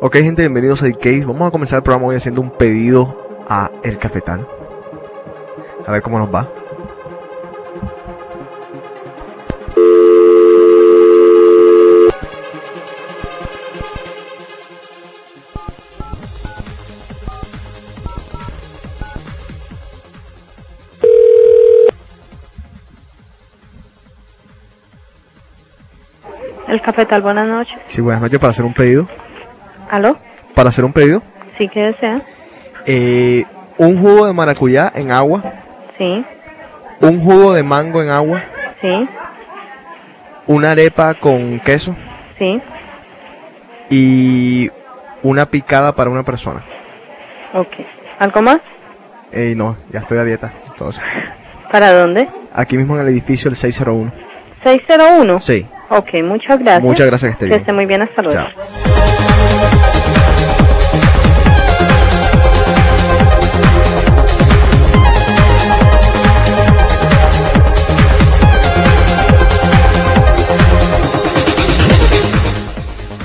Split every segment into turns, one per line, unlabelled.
Ok gente, bienvenidos a Case. Vamos a comenzar el programa hoy haciendo un pedido a El Cafetal. A ver cómo nos va.
El cafetal, buenas noches.
Sí, buenas noches para hacer un pedido.
¿Aló?
Para hacer un pedido.
Sí, ¿qué desea?
Eh, un jugo de maracuyá en agua.
Sí,
Un jugo de mango en agua.
sí,
Una arepa con queso.
sí.
Y una picada para una persona.
Ok. ¿Algo más?
Eh, no, ya estoy a dieta. Entonces,
¿Para dónde?
aquí mismo en el edificio el 601.
601.
Sí.
Ok, muchas gracias.
Muchas gracias, que esté
Que
bien.
esté muy bien, hasta luego.
Chao.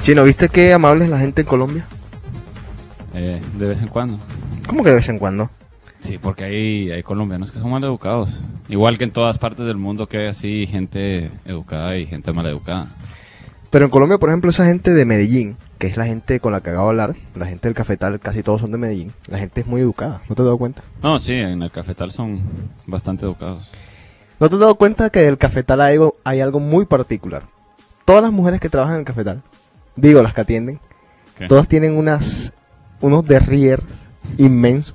Chino, ¿viste qué amable es la gente en Colombia?
Eh, de vez en cuando.
¿Cómo que de vez en cuando?
Sí, porque hay, hay colombianos que son mal educados. Igual que en todas partes del mundo que hay así gente educada y gente mal educada.
Pero en Colombia, por ejemplo, esa gente de Medellín, que es la gente con la que acabo de hablar, la gente del cafetal, casi todos son de Medellín, la gente es muy educada, ¿no te has dado cuenta?
No, sí, en el cafetal son bastante educados.
¿No te has dado cuenta que del cafetal hay algo, hay algo muy particular? Todas las mujeres que trabajan en el cafetal, digo las que atienden,
¿Qué?
todas tienen unas unos derriers inmensos.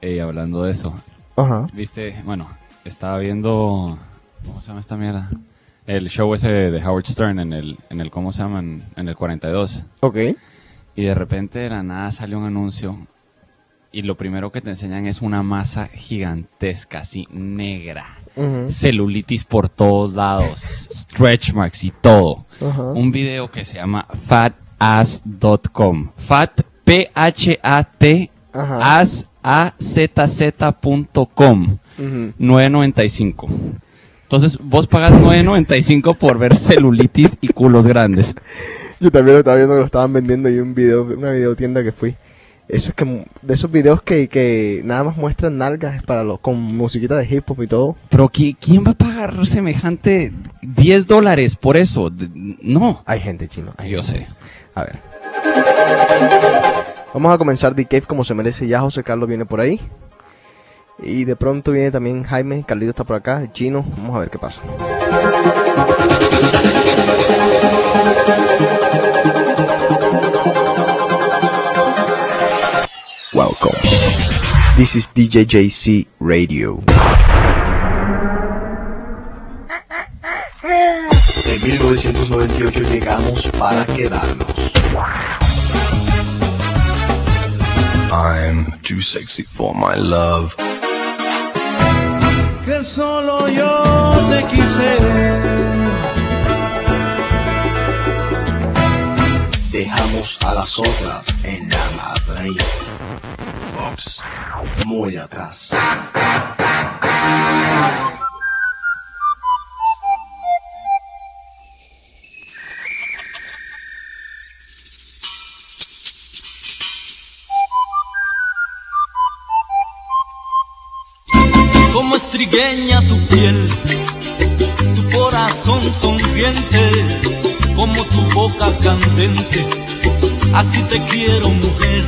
Eh, hablando de eso,
Ajá.
viste, bueno, estaba viendo, ¿cómo se llama esta mierda? El show ese de Howard Stern en el, en el ¿cómo se llama? En, en el 42.
Ok.
Y de repente de la nada sale un anuncio y lo primero que te enseñan es una masa gigantesca, así negra. celulitis por todos lados, stretch marks y todo.
Ajá.
Un video que se llama fatass.com. Fat P H A T
Ajá.
as a z z.com. 9.95. Entonces, vos pagas 9.95 por ver celulitis y culos grandes.
Yo también lo estaba viendo que lo estaban vendiendo y un video, una videotienda que fui. Eso es que mu- de esos videos que, que nada más muestran nalgas para los con musiquita de hip hop y todo.
Pero ¿qui- ¿quién va a pagar semejante 10 dólares por eso? D- No.
Hay gente chino. hay
Yo sé.
A ver. Vamos a comenzar The Cave como se merece. Ya José Carlos viene por ahí. Y de pronto viene también Jaime. Carlito está por acá. El chino. Vamos a ver qué pasa. Welcome. This is DJ JC Radio. En 1998 llegamos para quedarnos.
I'm too sexy for my love.
que solo yo te quise.
Dejamos a las otras en la madrina. Muy atrás.
como estrigueña tu piel, tu corazón sonriente, como tu boca candente. Así te quiero, mujer.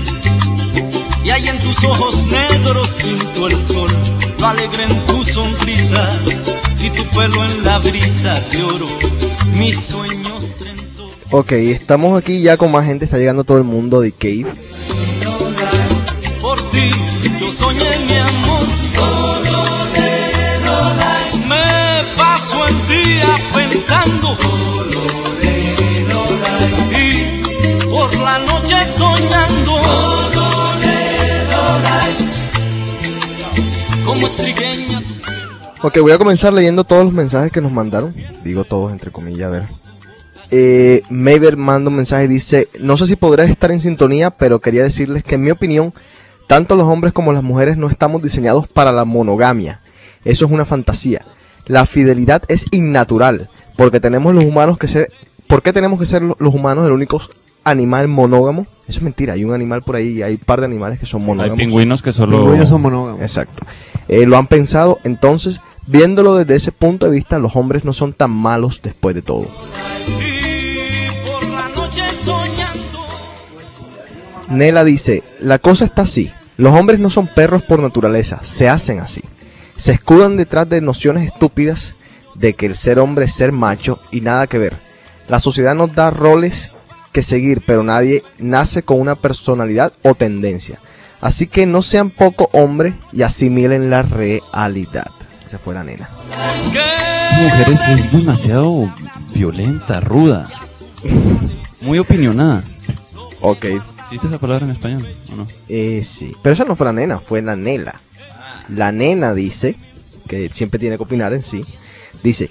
Y hay en tus ojos negros pinto el sol, lo alegre en tu sonrisa y tu pelo en la brisa de oro. Mis sueños trenzó.
Ok, estamos aquí ya con más gente, está llegando todo el mundo de Cave.
Por ti yo soñé mi amor. Me paso el día pensando. Y por la noche soñando. Como estrigueña tu
Ok, voy a comenzar leyendo todos los mensajes que nos mandaron. Digo todos, entre comillas, a ver. Eh, Maver manda un mensaje y dice, no sé si podrás estar en sintonía, pero quería decirles que en mi opinión, tanto los hombres como las mujeres no estamos diseñados para la monogamia. Eso es una fantasía. La fidelidad es innatural, porque tenemos los humanos que ser, ¿por qué tenemos que ser lo- los humanos el único animal monógamo. Eso es mentira, hay un animal por ahí, hay un par de animales que son
Hay
monógamos.
pingüinos que solo...
Los pingüinos son monógamos.
Exacto. Eh, lo han pensado, entonces, viéndolo desde ese punto de vista, los hombres no son tan malos después de todo.
y por la noche soñando.
Nela dice, la cosa está así. Los hombres no son perros por naturaleza, se hacen así. Se escudan detrás de nociones estúpidas de que el ser hombre es ser macho y nada que ver. La sociedad nos da roles que seguir, pero nadie nace con una personalidad o tendencia. Así que no sean poco hombres y asimilen la realidad. Se fue la nena.
mujeres es demasiado violenta, ruda. Muy opinionada.
Ok.
¿Existe esa palabra en español o no?
Eh, sí. Ah. Pero esa no fue la nena, fue la nela. La nena dice, que siempre tiene que opinar en sí, dice,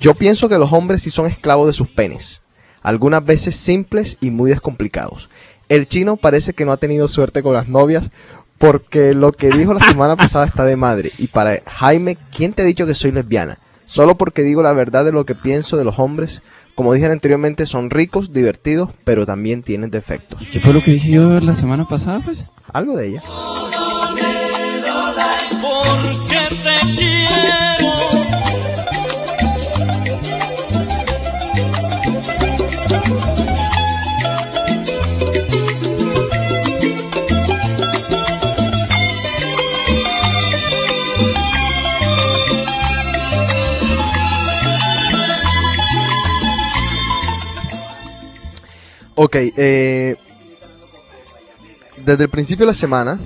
yo pienso que los hombres sí son esclavos de sus penes, algunas veces simples y muy descomplicados. El chino parece que no ha tenido suerte con las novias porque lo que dijo la semana pasada está de madre. Y para Jaime, ¿quién te ha dicho que soy lesbiana? Solo porque digo la verdad de lo que pienso de los hombres. Como dije anteriormente, son ricos, divertidos, pero también tienen defectos.
¿Qué fue lo que dije yo la semana pasada, pues?
Algo de ella.
porque te quiero.
Ok, eh, desde el principio de la semana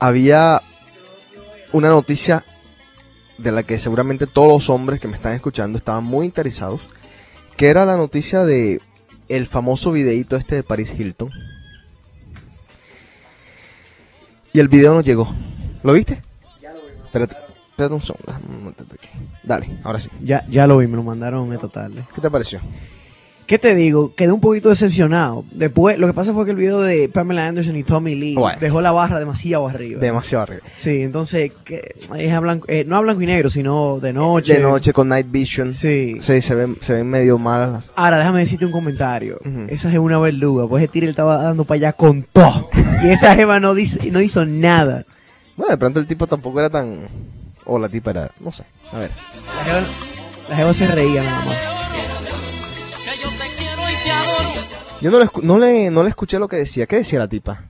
había una noticia de la que seguramente todos los hombres que me están escuchando estaban muy interesados, que era la noticia de el famoso videíto este de Paris Hilton. Y el video nos llegó. ¿Lo viste? Espérate, espérate un segundo. déjame un momento aquí. Dale, ahora sí.
Ya, ya lo vi, me lo mandaron esta tarde.
¿Qué te pareció?
¿Qué te digo? Quedé un poquito decepcionado. Después, lo que pasa fue que el video de Pamela Anderson y Tommy Lee
Bueno.
dejó la barra demasiado arriba.
Demasiado arriba.
sí, entonces, que, es a blanco, eh, no a blanco y negro, sino de noche.
De noche con Night Vision.
Sí.
Sí, se ven, se ven medio malas las-
Ahora, déjame decirte un comentario.
Ujú.
Esa es una verduga, pues el tiro estaba dando para allá con todo. y esa jeva no, dis- no hizo nada.
Bueno, de pronto el tipo tampoco era tan... O la tipa era... No sé. A ver.
La jeva, la jeva se reía nada más.
Que yo te quiero y te adoro.
Yo no le, escu- no, le, no le escuché lo que decía. ¿Qué decía la tipa?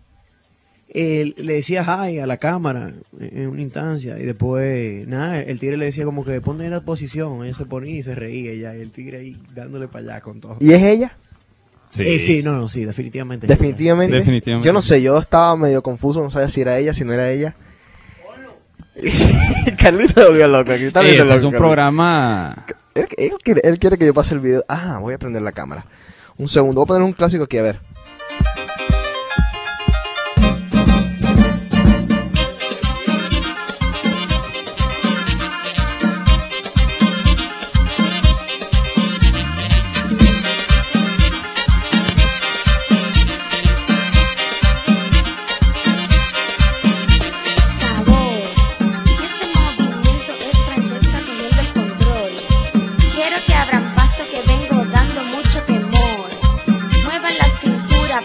Eh, le decía hi a la cámara en en una instancia y después, nada, el tigre le decía como que ponte en la posición. Ella se ponía y se reía ya. Y el tigre ahí dándole para allá con todo.
¿Y es ella?
Sí.
Eh, sí, no, no, sí, definitivamente.
Definitivamente.
Sí, definitivamente.
Yo no sé, yo estaba medio confuso, no sabía si era ella, si no era ella. Carlito se volvió loco. aquí está
Eh,
volviendo
este es
loco,
un
Carlito.
programa...
Él, él quiere, él quiere que yo pase el video. Ah, voy a prender la cámara. Un segundo, voy a poner un clásico aquí, a ver.
Sabor. Y este movimiento es Francesca teniendo el control. Quiero que abran paso que vengo dando mucho temor. Muevan la cintura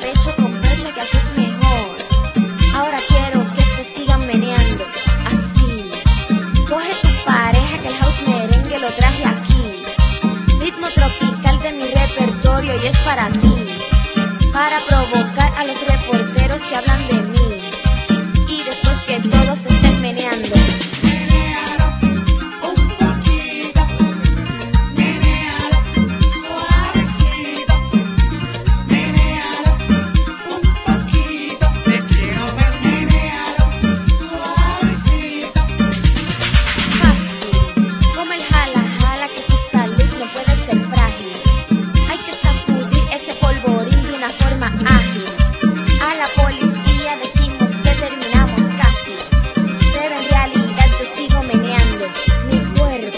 Pues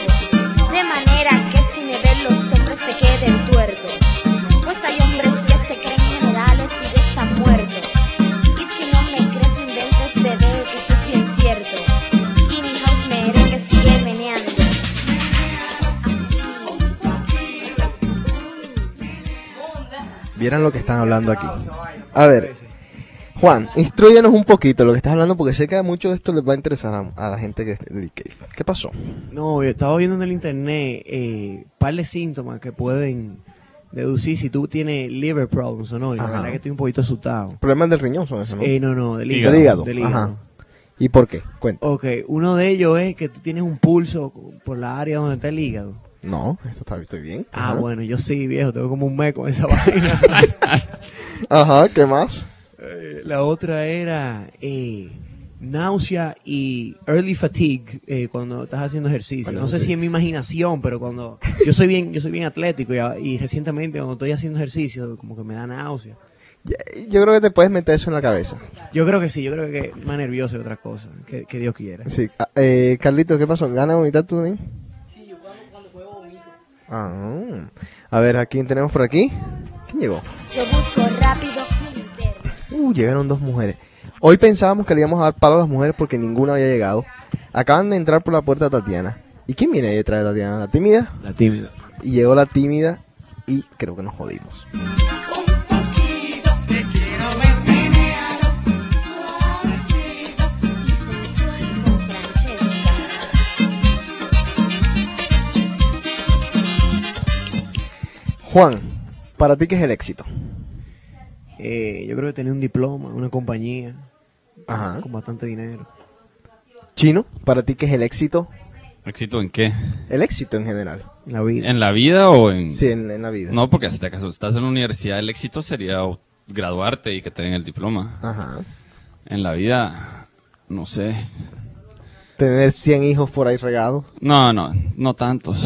Vieran lo que están hablando aquí. A ver, Juan, instruyenos un poquito lo que estás hablando porque sé que a mucho de esto les va a interesar a, a la gente que del Cave. ¿Qué pasó?
No, yo estaba viendo en el internet eh, par de síntomas que pueden deducir si tú tienes liver problems o no. Y la
Ajá.
verdad que estoy un poquito asustado.
Problemas del riñón son esos, ¿no?
Eh, no, no, del
Del
hígado.
del hígado.
del
Ajá.
hígado.
¿Y por qué? Cuenta.
Ok, uno de ellos es que tú tienes un pulso por la área donde está el hígado.
No, esto está estoy bien.
Ah,
Ajá.
bueno, yo sí, viejo, tengo como un mes con esa vaina.
Ajá, ¿qué más?
Eh, la otra era eh, náusea y early fatigue eh, cuando estás haciendo ejercicio.
Bueno,
no sé
sí.
si es mi imaginación, pero cuando yo soy bien, yo soy bien atlético y, a- y recientemente cuando estoy haciendo ejercicio como que me da náusea.
Ya- Yo creo que te puedes meter eso en la cabeza.
Yo creo que sí, yo creo que más nervioso y otra cosa, que, que Dios quiera.
Sí. ah, Eh, Carlitos, ¿qué pasó? ¿Gana vomitar tú también? Sí, yo cuando juego vomito. Ah. A ver, ¿a quién tenemos por aquí? ¿Quién llegó?
Yo busco rápido mi linterna.
Uh, llegaron dos mujeres. Hoy pensábamos que le íbamos a dar palo a las mujeres porque ninguna había llegado. Acaban de entrar por la puerta Tatiana. ¿Y quién viene ahí detrás de Tatiana? ¿La tímida?
La tímida.
Y llegó la tímida y creo que nos jodimos.
Suavecito y sensual con Francesca.
Juan, ¿para ti qué es el éxito?
Eh, yo creo que tener un diploma, una compañía,
Ajá.
con bastante dinero.
Chino, ¿para ti qué es el éxito?
¿Éxito en qué?
El éxito en general.
en La vida.
¿En la vida o en.?
Sí, en, en la vida.
No, porque hasta que estás en la universidad, el éxito sería o- graduarte y que te den el diploma.
Ajá.
En la vida, no sé.
Tener 100 hijos por ahí regados.
No, no, no tantos.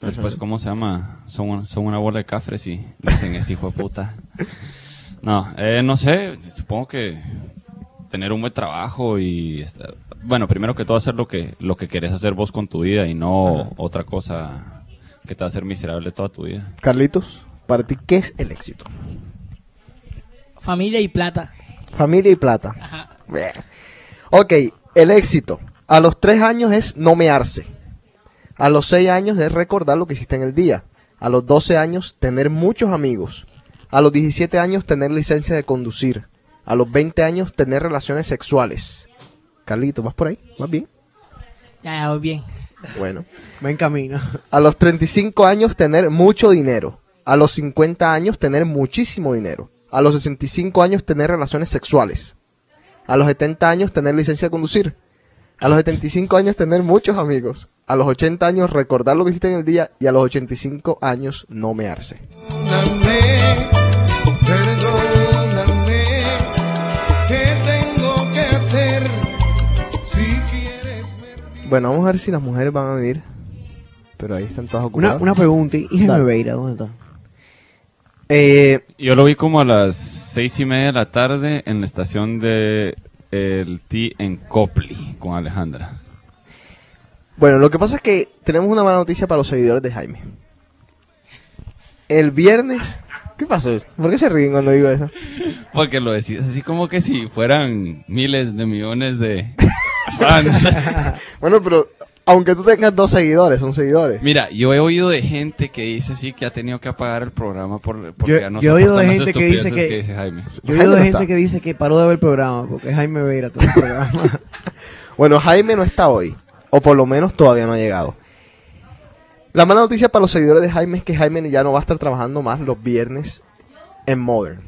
Después, ¿cómo se llama? Son, un- son una bola de cafres y dicen es hijo de puta. No, eh, no sé, supongo que tener un buen trabajo y... estar- bueno, primero que todo hacer lo que, lo que querés hacer vos con tu vida y no otra cosa que te va a hacer miserable toda tu vida.
Carlitos, ¿para ti qué es el éxito?
Familia y plata.
Familia y plata.
Ajá.
Bleh. Ok, el éxito. A los tres años es no mearse. A los seis años es recordar lo que hiciste en el día. A los 12 años, tener muchos amigos. A los 17 años, tener licencia de conducir. A los 20 años, tener relaciones sexuales. Carlito, ¿vas por ahí? ¿Vas bien?
Ya, ya, voy bien.
Bueno.
Va en camino.
A los 35 años tener mucho dinero. A los 50 años tener muchísimo dinero. A los 65 años tener relaciones sexuales. A los 70 años tener licencia de conducir. A los 75 años tener muchos amigos. A los 80 años recordar lo que hiciste en el día. Y a los 85 años no mearse.
Perdóname, perdóname, ¿qué tengo que hacer si quieres verme?
Bueno, vamos a ver si las mujeres van a venir. Pero ahí están todas
Una,
ocupadas.
una pregunta, ¿y
Dale.
Jaime Veira dónde está?
Eh,
Yo lo vi como a las seis y media de la tarde en la estación de el T en Copley con Alejandra.
Bueno, lo que pasa es que tenemos una mala noticia para los seguidores de Jaime. El viernes. ¿Qué pasó? ¿Por qué se ríen cuando digo eso?
Porque lo decís así como que si fueran miles de millones de fans.
Bueno, pero aunque tú tengas dos seguidores, son seguidores.
Mira, yo he oído de gente que dice así que ha tenido que apagar el programa por, porque
Yo-
ya
yo he oído
soportan
de
las
gente que dice
estupideces
que-
Jaime.
Yo he oído
Jaime no
gente
está.
que dice que paró de ver el programa porque Jaime Veira todo el programa.
Bueno, Jaime no está hoy. O por lo menos todavía no ha llegado. La mala noticia para los seguidores de Jaime es que Jaime ya no va a estar trabajando más los viernes en Modern.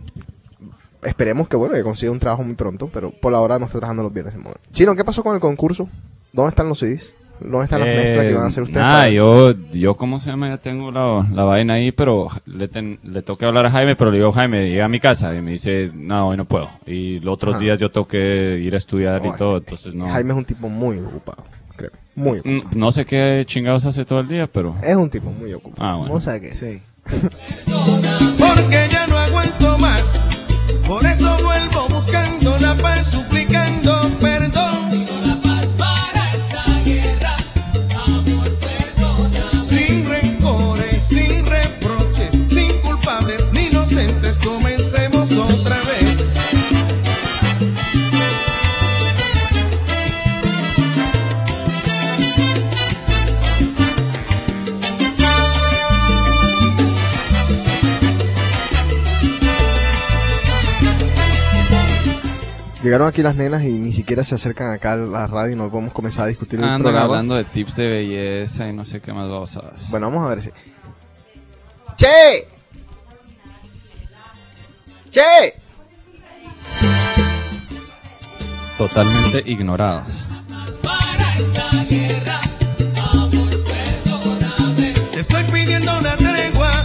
Esperemos que, bueno, que consiga un trabajo muy pronto, pero por ahora no está trabajando los viernes en Modern. Chino, ¿qué pasó con el concurso? ¿Dónde están los CDs? ¿Dónde están las
Eh,
mezclas que van a hacer ustedes?
nada,
para-
yo, yo, ¿cómo se llama? Ya tengo la, la vaina ahí, pero le, ten- le toqué hablar a Jaime, pero le digo, Jaime, llega a mi casa. Y me dice, no, hoy no puedo. Y los otros
Ajá.
días yo tengo que ir a estudiar
Ay,
y todo, entonces no.
Jaime es un tipo muy ocupado, creo. Muy ocupado.
Mm, No sé qué chingados hace todo el día, pero...
Es un tipo muy ocupado.
Ah, bueno.
O sea que
sí.
Porque ya no aguanto más, por eso vuelvo buscando la paz, suplicando perdón. Sin rencores, sin reproches, sin culpables ni inocentes, comencemos otra vez.
Llegaron aquí las nenas y ni siquiera se acercan acá a la radio y nos vamos a comenzar a discutir el
Andan
programa.
hablando de tips de belleza y no sé qué más babosadas.
Bueno, vamos a ver si. ¡Che! ¡Che!
Totalmente ignorados.
Te estoy pidiendo una tregua,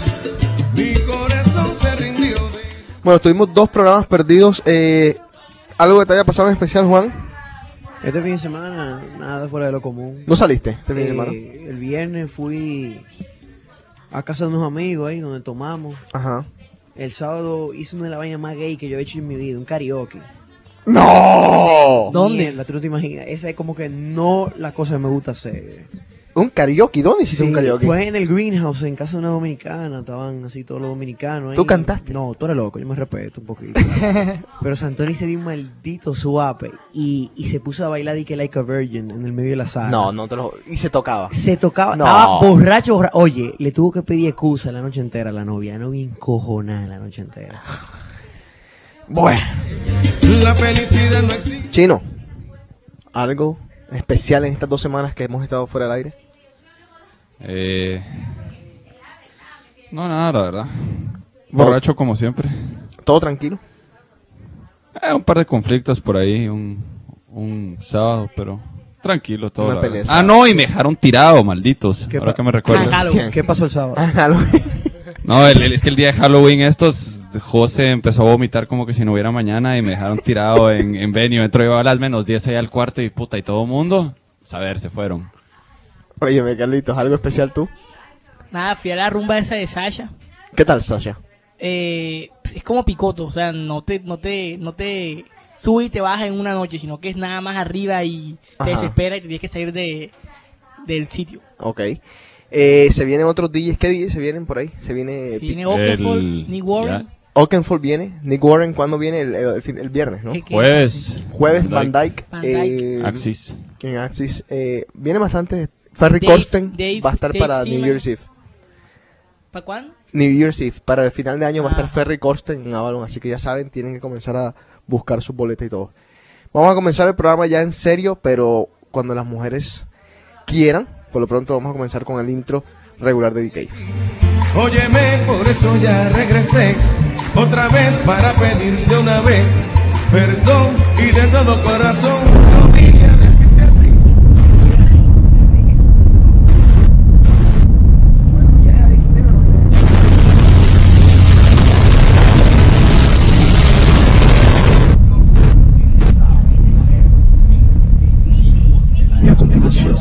mi corazón se rindió. de-
Bueno, tuvimos dos programas perdidos. eh, ¿Algo que te haya pasado en especial, Juan?
Este fin de semana, nada fuera de lo común.
¿No saliste este fin de
Eh,
semana?
el viernes fui a casa de unos amigos ahí donde tomamos.
Ajá.
El sábado hice una de las vainas más gay que yo he hecho en mi vida, un karaoke.
¡No!
¿Dónde?
La tú no te imaginas. Esa es como que no la cosa que me gusta hacer.
¿Un karaoke? ¿Dónde hiciste
Sí,
un karaoke?
Fue en el greenhouse, en casa de una dominicana. Estaban así todos los dominicanos. ahí.
¿Tú cantaste?
No, tú eres loco, yo me respeto un poquito. Pero Santoni se dio un maldito suape y, y se puso a bailar que Like a Virgin en el medio de la sala.
No, no te lo. Y se tocaba.
Se tocaba,
No.
estaba borracho, borracho. Oye, le tuvo que pedir excusa la noche entera a la novia. La novia encojonada la noche entera.
Bueno.
La felicidad no existe.
Chino, ¿algo especial en estas dos semanas que hemos estado fuera del aire?
Eh, no, nada, la verdad.
No.
Borracho como siempre.
¿Todo tranquilo?
Eh, un par de conflictos por ahí, un, un sábado, pero tranquilo todo.
Una
la
pelea.
verdad. Ah, no, y me dejaron tirado, malditos.
¿Qué
Ahora
pa-
que me recuerdo.
Ajá. Halloween.
¿Qué pasó el sábado?
No, el- el- es que el día de Halloween estos, José empezó a vomitar como que si no hubiera mañana y me dejaron tirado en, en venue. Entró yo a las menos 10 allá al cuarto y puta, y todo el mundo, saber, se fueron.
Oye, Carlitos, ¿algo especial tú?
Nada, fui a la rumba esa de Sasha.
¿Qué tal, Sasha?
Eh, es como picoto, o sea, no te, no te, no te sube y te baja en una noche, sino que es nada más arriba y
Ajá.
te desespera y te tienes que salir de, del sitio.
Ok. Eh, se vienen otros DJs. ¿Qué DJs se vienen por ahí? Se viene.
Viene
Pi-
Oakenfold, Nick Warren.
Oakenfold viene. Nick Warren, ¿cuándo viene? El, el fin- el viernes, ¿no?
que- que-
Jueves.
Jueves, Van Dyke.
Van Dyke.
eh,
Axis.
En Axis. eh, viene bastante. Ferry
Dave-
Corsten
Dave-
va a estar
Dave
para New
Seaman.
Year's Eve.
¿Para cuándo?
New Year's Eve. Para el final de año va a estar
Ah.
Ferry Corsten en Avalon. Así que ya saben, tienen que comenzar a buscar sus boletas y todo. Vamos a comenzar el programa ya en serio, pero cuando las mujeres quieran. Por lo pronto vamos a comenzar con el intro regular de DK.
Óyeme, por eso ya regresé otra vez para pedirte una vez perdón y de todo corazón no vine a decirte así.
Y a continuación,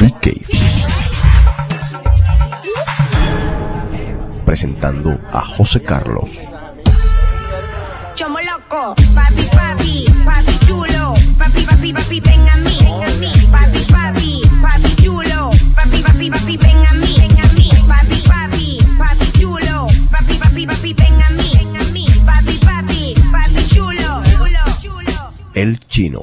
Big Cave. Presentando a José Carlos.
Chomo loco, papi, papi, papi chulo, papi, papi, papi, ven a mí, ven a mí, papi, papi, papi chulo, papi, papi, papi, ven a mí, ven a mí, papi, papi, papi chulo, papi, papi, papi, ven a mí, ven a mí, papi, papi, papi chulo, chulo, chulo.
El chino.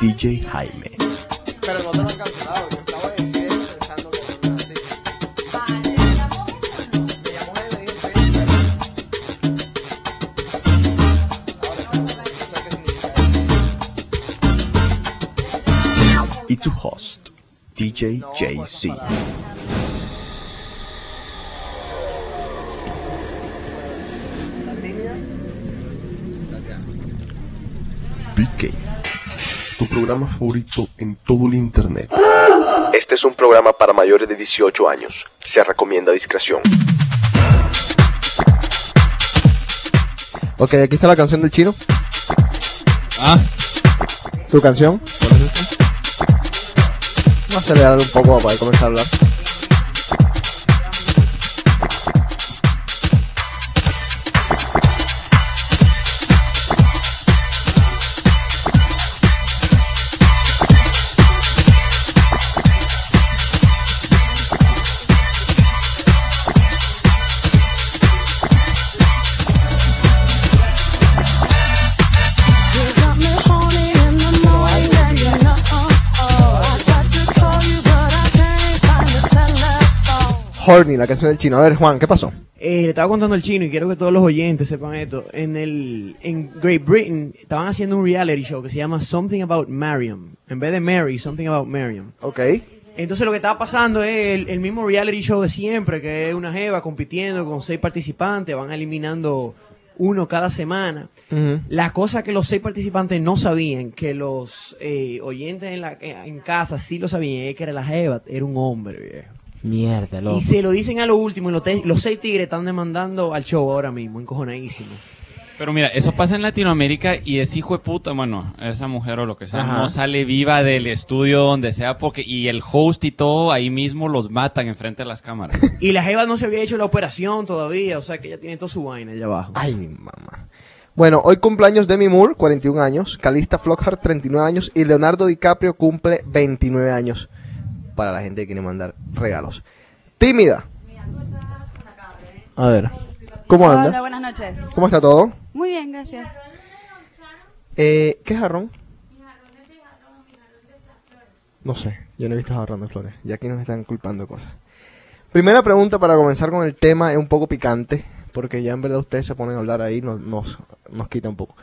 DJ Jaime.
Pero no te lo han cancelado, yo acabo de decir eso pensando que no era así. Me llamó él y le dije, "Sí". Ahora, no sé qué significa.
y tu host, DJ JC. BK, tu programa favorito en todo el internet. Este es un programa para mayores de 18 años. Se recomienda discreción.
Ok, aquí está la canción del chino.
Ah,
¿Tu canción? Vamos a acelerar un poco para poder comenzar a hablar. Horny, la canción del chino. A ver, Juan, ¿qué pasó?
Eh, le estaba contando al chino y quiero que todos los oyentes sepan esto. En el en Great Britain estaban haciendo un reality show que se llama Something About Mariam. En vez de Mary, Something About Mariam.
Ok.
Entonces lo que estaba pasando es el, el mismo reality show de siempre, que es una jeva compitiendo con seis participantes, van eliminando uno cada semana. La cosa que los seis participantes no sabían, que los eh, oyentes en, la, en casa sí lo sabían, es que era la jeva, era un hombre, viejo.
Mierda, loco.
Y se lo dicen a lo último, y los, te- los seis tigres están demandando al show ahora mismo, encojonadísimo.
Pero mira, eso pasa en Latinoamérica y es hijo de puta, bueno, esa mujer o lo que sea,
Ajá.
no sale viva del estudio donde sea porque y el host y todo ahí mismo los matan enfrente de las cámaras.
Y la Jeva no se había hecho la operación todavía, o sea que ella tiene toda su vaina allá abajo.
Ay, mi mamá. Bueno, hoy cumpleaños Demi Moore, 41 años, Calista Flockhart, 39 años y Leonardo DiCaprio cumple 29 años para la gente que quiere mandar regalos. Tímida. A ver, ¿cómo
¿eh? Hola,
anda?
buenas noches.
¿Cómo está todo?
Muy bien, gracias.
Eh, ¿Qué jarrón? No sé, yo no he visto jarrón de flores. Ya aquí nos están culpando cosas. Primera pregunta para comenzar con el tema es un poco picante, porque ya en verdad ustedes se ponen a hablar ahí, nos, nos, nos quita un poco.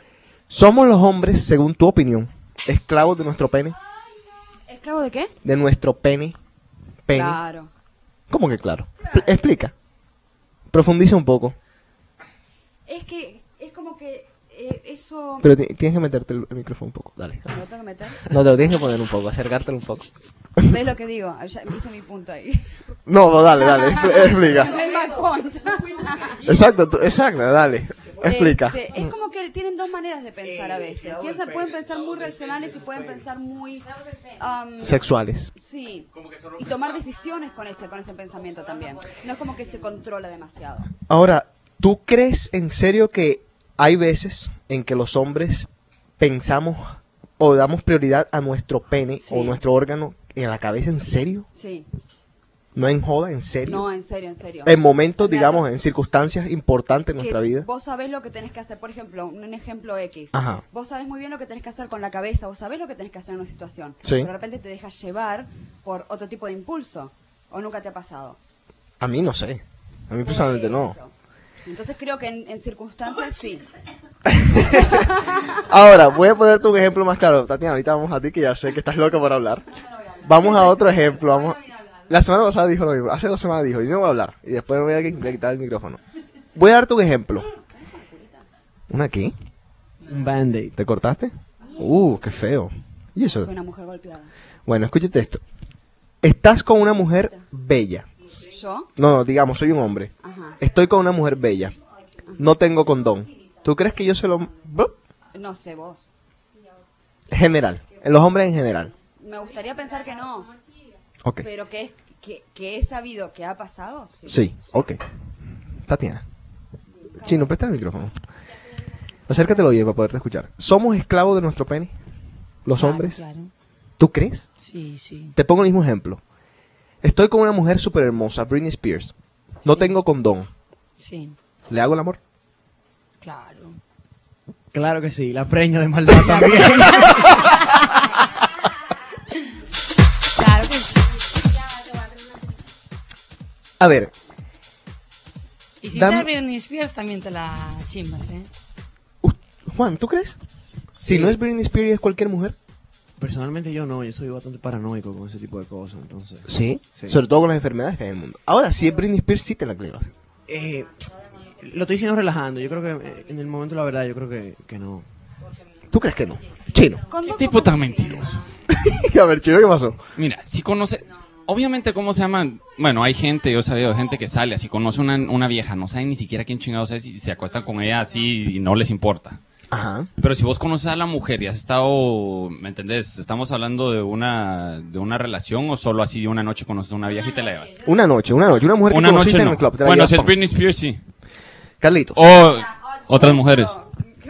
¿Somos los hombres, según tu opinión, esclavos de nuestro pene?
¿Esclavo de qué?
¿De nuestro pene? ¿Pene?
Claro.
¿Cómo que claro? Pl- Explica. Profundiza un poco.
Es que es como que eh, eso...
Pero ti- tienes que meterte el, el micrófono un poco, dale.
¿Me lo tengo que meter?
No, te lo tienes que poner un poco, acercártelo un poco.
¿Ves lo que digo? Ah, Ya hice mi punto ahí.
No, no, dale, dale, expl- explica.
No hay más punto.
Exacto, tú- exacto, dale. Explica.
Este, es como que tienen dos maneras de pensar a veces. Piensan- pueden pensar muy racionales y pueden pensar muy... am,
Sexuales.
Sí. Y tomar decisiones con ese, con ese pensamiento también. No es como que se controla demasiado.
Ahora, ¿tú crees en serio que hay veces en que los hombres pensamos o damos prioridad a nuestro pene o nuestro órgano en la cabeza? ¿En serio?
Sí.
¿No en joda? ¿En serio?
No, en serio, en serio.
En momentos, digamos, en circunstancias importantes en
que
nuestra vida.
Vos sabés lo que tenés que hacer, por ejemplo, un ejemplo X.
Ajá.
Vos sabés muy bien lo que tenés que hacer con la cabeza, vos sabés lo que tenés que hacer en una situación.
Sí.
Pero de repente te dejas llevar por otro tipo de impulso, o nunca te ha pasado.
A mí no sé. A mí personalmente no.
Entonces creo que en, en circunstancias sí.
Ahora, voy a ponerte un ejemplo más claro. Tatiana, ahorita vamos a ti que ya sé que estás loca por hablar. Vamos a otro ejemplo. Vamos La semana pasada dijo lo mismo. Hace dos semanas dijo, yo no voy a hablar. Y después me voy a quitar el micrófono. Voy a darte un ejemplo. ¿Una aquí?
Un band-aid.
¿Te cortaste? Uh, qué feo. ¿Y eso?
Soy una mujer golpeada.
Bueno, escúchate esto. Estás con una mujer bella.
¿Yo?
No, no, digamos, soy un hombre.
Ajá.
Estoy con una mujer bella. No tengo condón. ¿Tú crees que yo se lo... Blup.
No sé vos.
General. En los hombres en general.
Me gustaría pensar que no.
Ok.
Pero que, es, que, que he sabido que ha pasado, sí.
Sí, ok. Tatiana. Chino, presta el micrófono. Acércatelo bien para poderte escuchar. ¿Somos esclavos de nuestro pene? ¿Los
Claro,
hombres?
claro.
¿Tú crees?
Sí, sí.
Te pongo el mismo ejemplo. Estoy con una mujer súper hermosa, Britney Spears. No tengo condón.
Sí,
¿Le hago el amor?
claro.
Claro que sí, la preña de maldad también.
Claro que sí.
A ver,
Y si
Dame-
te vienen mis pies, también te la chimbas, ¿eh?
Juan, ¿tú crees? Si no es Britney Spears, es cualquier mujer.
Personalmente yo no, yo soy bastante paranoico con ese tipo de cosas, entonces.
Sí. Sobre todo con las enfermedades que hay en el mundo. Ahora, si es Britney Spears, sí te la clavas.
Eh, lo estoy diciendo relajando, yo creo que eh, en el momento la verdad, yo creo que, que no.
¿Tú crees que no? Chino.
¿Qué
tipo tan mentiroso?
a ver, Chino, ¿qué pasó?
Mira, si conoce, obviamente cómo se llaman, bueno, hay gente, yo sabía, gente que sale así, conoce una, una vieja, no saben ni siquiera quién chingados es y se acuestan con ella así y no les importa.
Ajá.
Pero si vos conoces a la mujer y has estado, ¿me entendés? ¿Estamos hablando de una, de una relación o solo así de una noche conoces a una vieja y te la llevas?
Una noche, una noche. Una mujer que
Una
conociste
noche
en
no.
el club. te la
Bueno,
llevas
si es Oh.
pa-
Britney Spears, sí.
Carlitos.
O otras mujeres.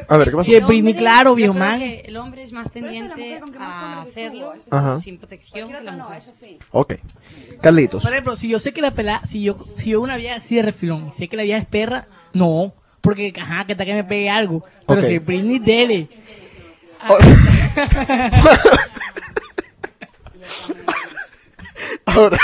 A ver, ¿qué pasó?
El hombre- yo
viejo
creo
man.
que El hombre es más tendiente a hacerlo
Ajá.
sin protección que la mujer.
Ok. Carlitos.
Por ejemplo, si yo sé que la pelada, si yo, si yo una vieja así de refilón y sé que la vieja es perra, no. Porque, ajá, que hasta que me pegue algo. Pero
Ok. Oh.
si Britney Dele. ah,
Ahora, ahora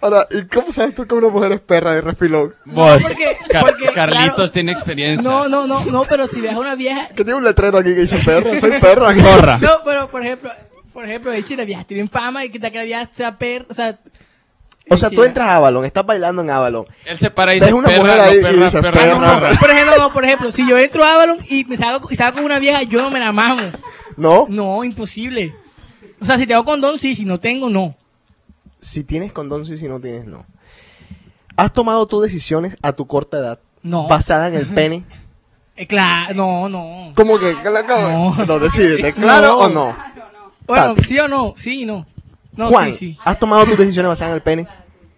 Ahora, ¿y cómo sabes tú que una mujer es perra de refilón?
Vos, Car- Carlitos tiene experiencia.
No, no, no, no, pero si ves a una vieja.
Que tiene un letrero aquí que dice perra, soy perra.
Zorra.
No, pero por ejemplo, por ejemplo, de hecho, las viejas tienen fama y que tal que la vieja sea per. O sea,
O sea, tú entras a Avalon, estás bailando en Avalon.
Él se para y
Ves
dice,
una
perra,
mujer
no,
ahí
perra,
y dices,
perra,
perra.
no, perra.
por ejemplo, no, por ejemplo, si yo entro a Avalon y me salgo, y salgo con una vieja, yo no me la mamo.
¿No?
No, imposible. O sea, si tengo condón, sí, si no tengo, no.
Si tienes condón, sí, si no tienes, no. ¿Has tomado tus decisiones a tu corta edad?
No.
¿Basada en el pene?
Eh, claro, no, no.
¿Cómo que? ¿Cómo? No. decídete,
No.
¿claro o no?
Bueno,
Tati.
sí o no, sí y no. No,
Juan,
sí, sí.
¿has tomado tus decisiones basadas en el pene?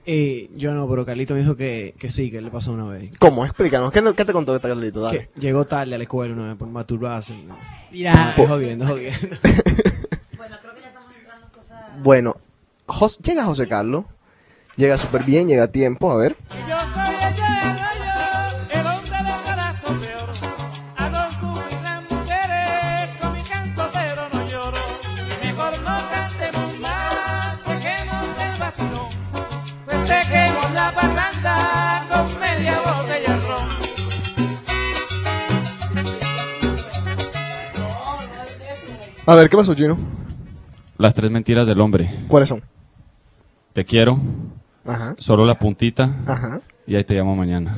Eh, yo no, pero Carlito me dijo que, que sí, que le pasó una vez.
¿Cómo? Explícanos. ¿Qué, no- qué te contó este Carlito? Dale.
Que llegó tarde a la escuela una vez por masturbarse. ¿no?
Mira.
Ah, es jodiendo, es jodiendo.
Bueno, Jos- llega José Carlos. Llega súper bien, llega a tiempo, a ver.
Yo soy el Yayo, el hombre de corazón de oro. Adoro las mujeres, con mi canto pero no lloro. Mejor no cantemos más, dejemos el vacilón. Pues dejemos la parranda con media botella de ron.
A ver, ¿qué pasó, Gino?
Las tres mentiras del hombre.
¿Cuáles son?
Te quiero.
Ajá.
Solo la puntita.
Ajá.
Y ahí te llamo mañana.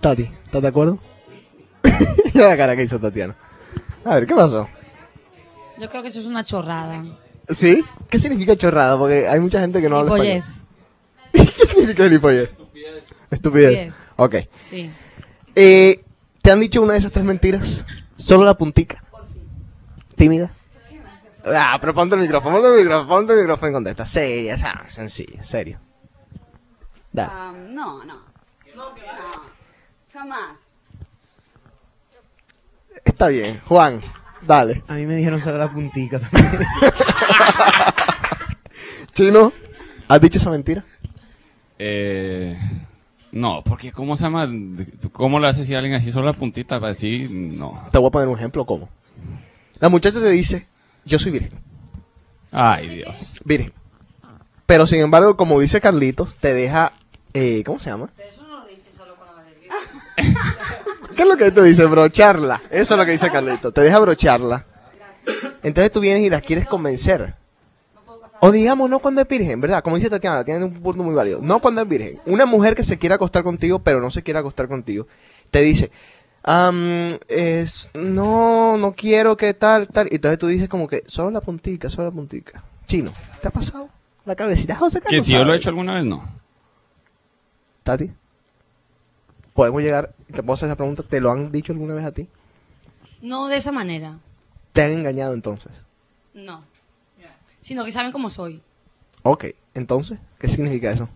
Tati, ¿estás de acuerdo? Mira la cara que hizo Tatiana. A ver, ¿qué pasó?
Yo creo que eso es una chorrada.
¿Sí? ¿Qué significa chorrada? Porque hay mucha gente que no habla
Oye,
español. ¿Qué significa gilipollez? Estupidez.
Estupidez.
Ok.
sí.
Eh, ¿Te han dicho una de esas tres mentiras? Solo la puntica. Tímida. Ah, pero ponte el micrófono, ponte el micrófono, ponte el micrófono y contesta. Seria, ¿sabes? Sencilla, serio. Dale.
Ah, no, no. No, jamás.
Está bien. Juan, dale.
A mí me dijeron solo la puntica también.
Chino, ¿has dicho esa mentira?
Eh, no, porque ¿cómo se llama? ¿Cómo le haces a decir a alguien así solo la puntita? Así, no.
Te voy a poner un ejemplo, ¿cómo? La muchacha te dice, yo soy virgen.
Ay, Dios.
Virgen. Pero sin embargo, como dice Carlitos, te deja. eh, ¿Cómo se llama? ¿Qué es lo que tú dices? Brocharla. Eso es lo que dice Carlitos. Te deja brocharla. Entonces tú vienes y la quieres convencer. O digamos, no cuando es virgen, ¿verdad? Como dice Tatiana, tiene un punto muy válido. No cuando es virgen. Una mujer que se quiere acostar contigo, pero no se quiere acostar contigo, te dice, am, es- no, no quiero que tal, tal. Y entonces tú dices como que, solo la puntica, solo la puntica. Chino, ¿te ha pasado? La cabecita, José
Que
Carlos.
si yo lo
sabe.
he hecho alguna vez, no.
Tati, podemos llegar, te puedo hacer esa pregunta, ¿te lo han dicho alguna vez a ti?
No de esa manera,
¿Te han engañado entonces?
no. Sino que saben cómo soy.
Ok, entonces, ¿qué significa eso?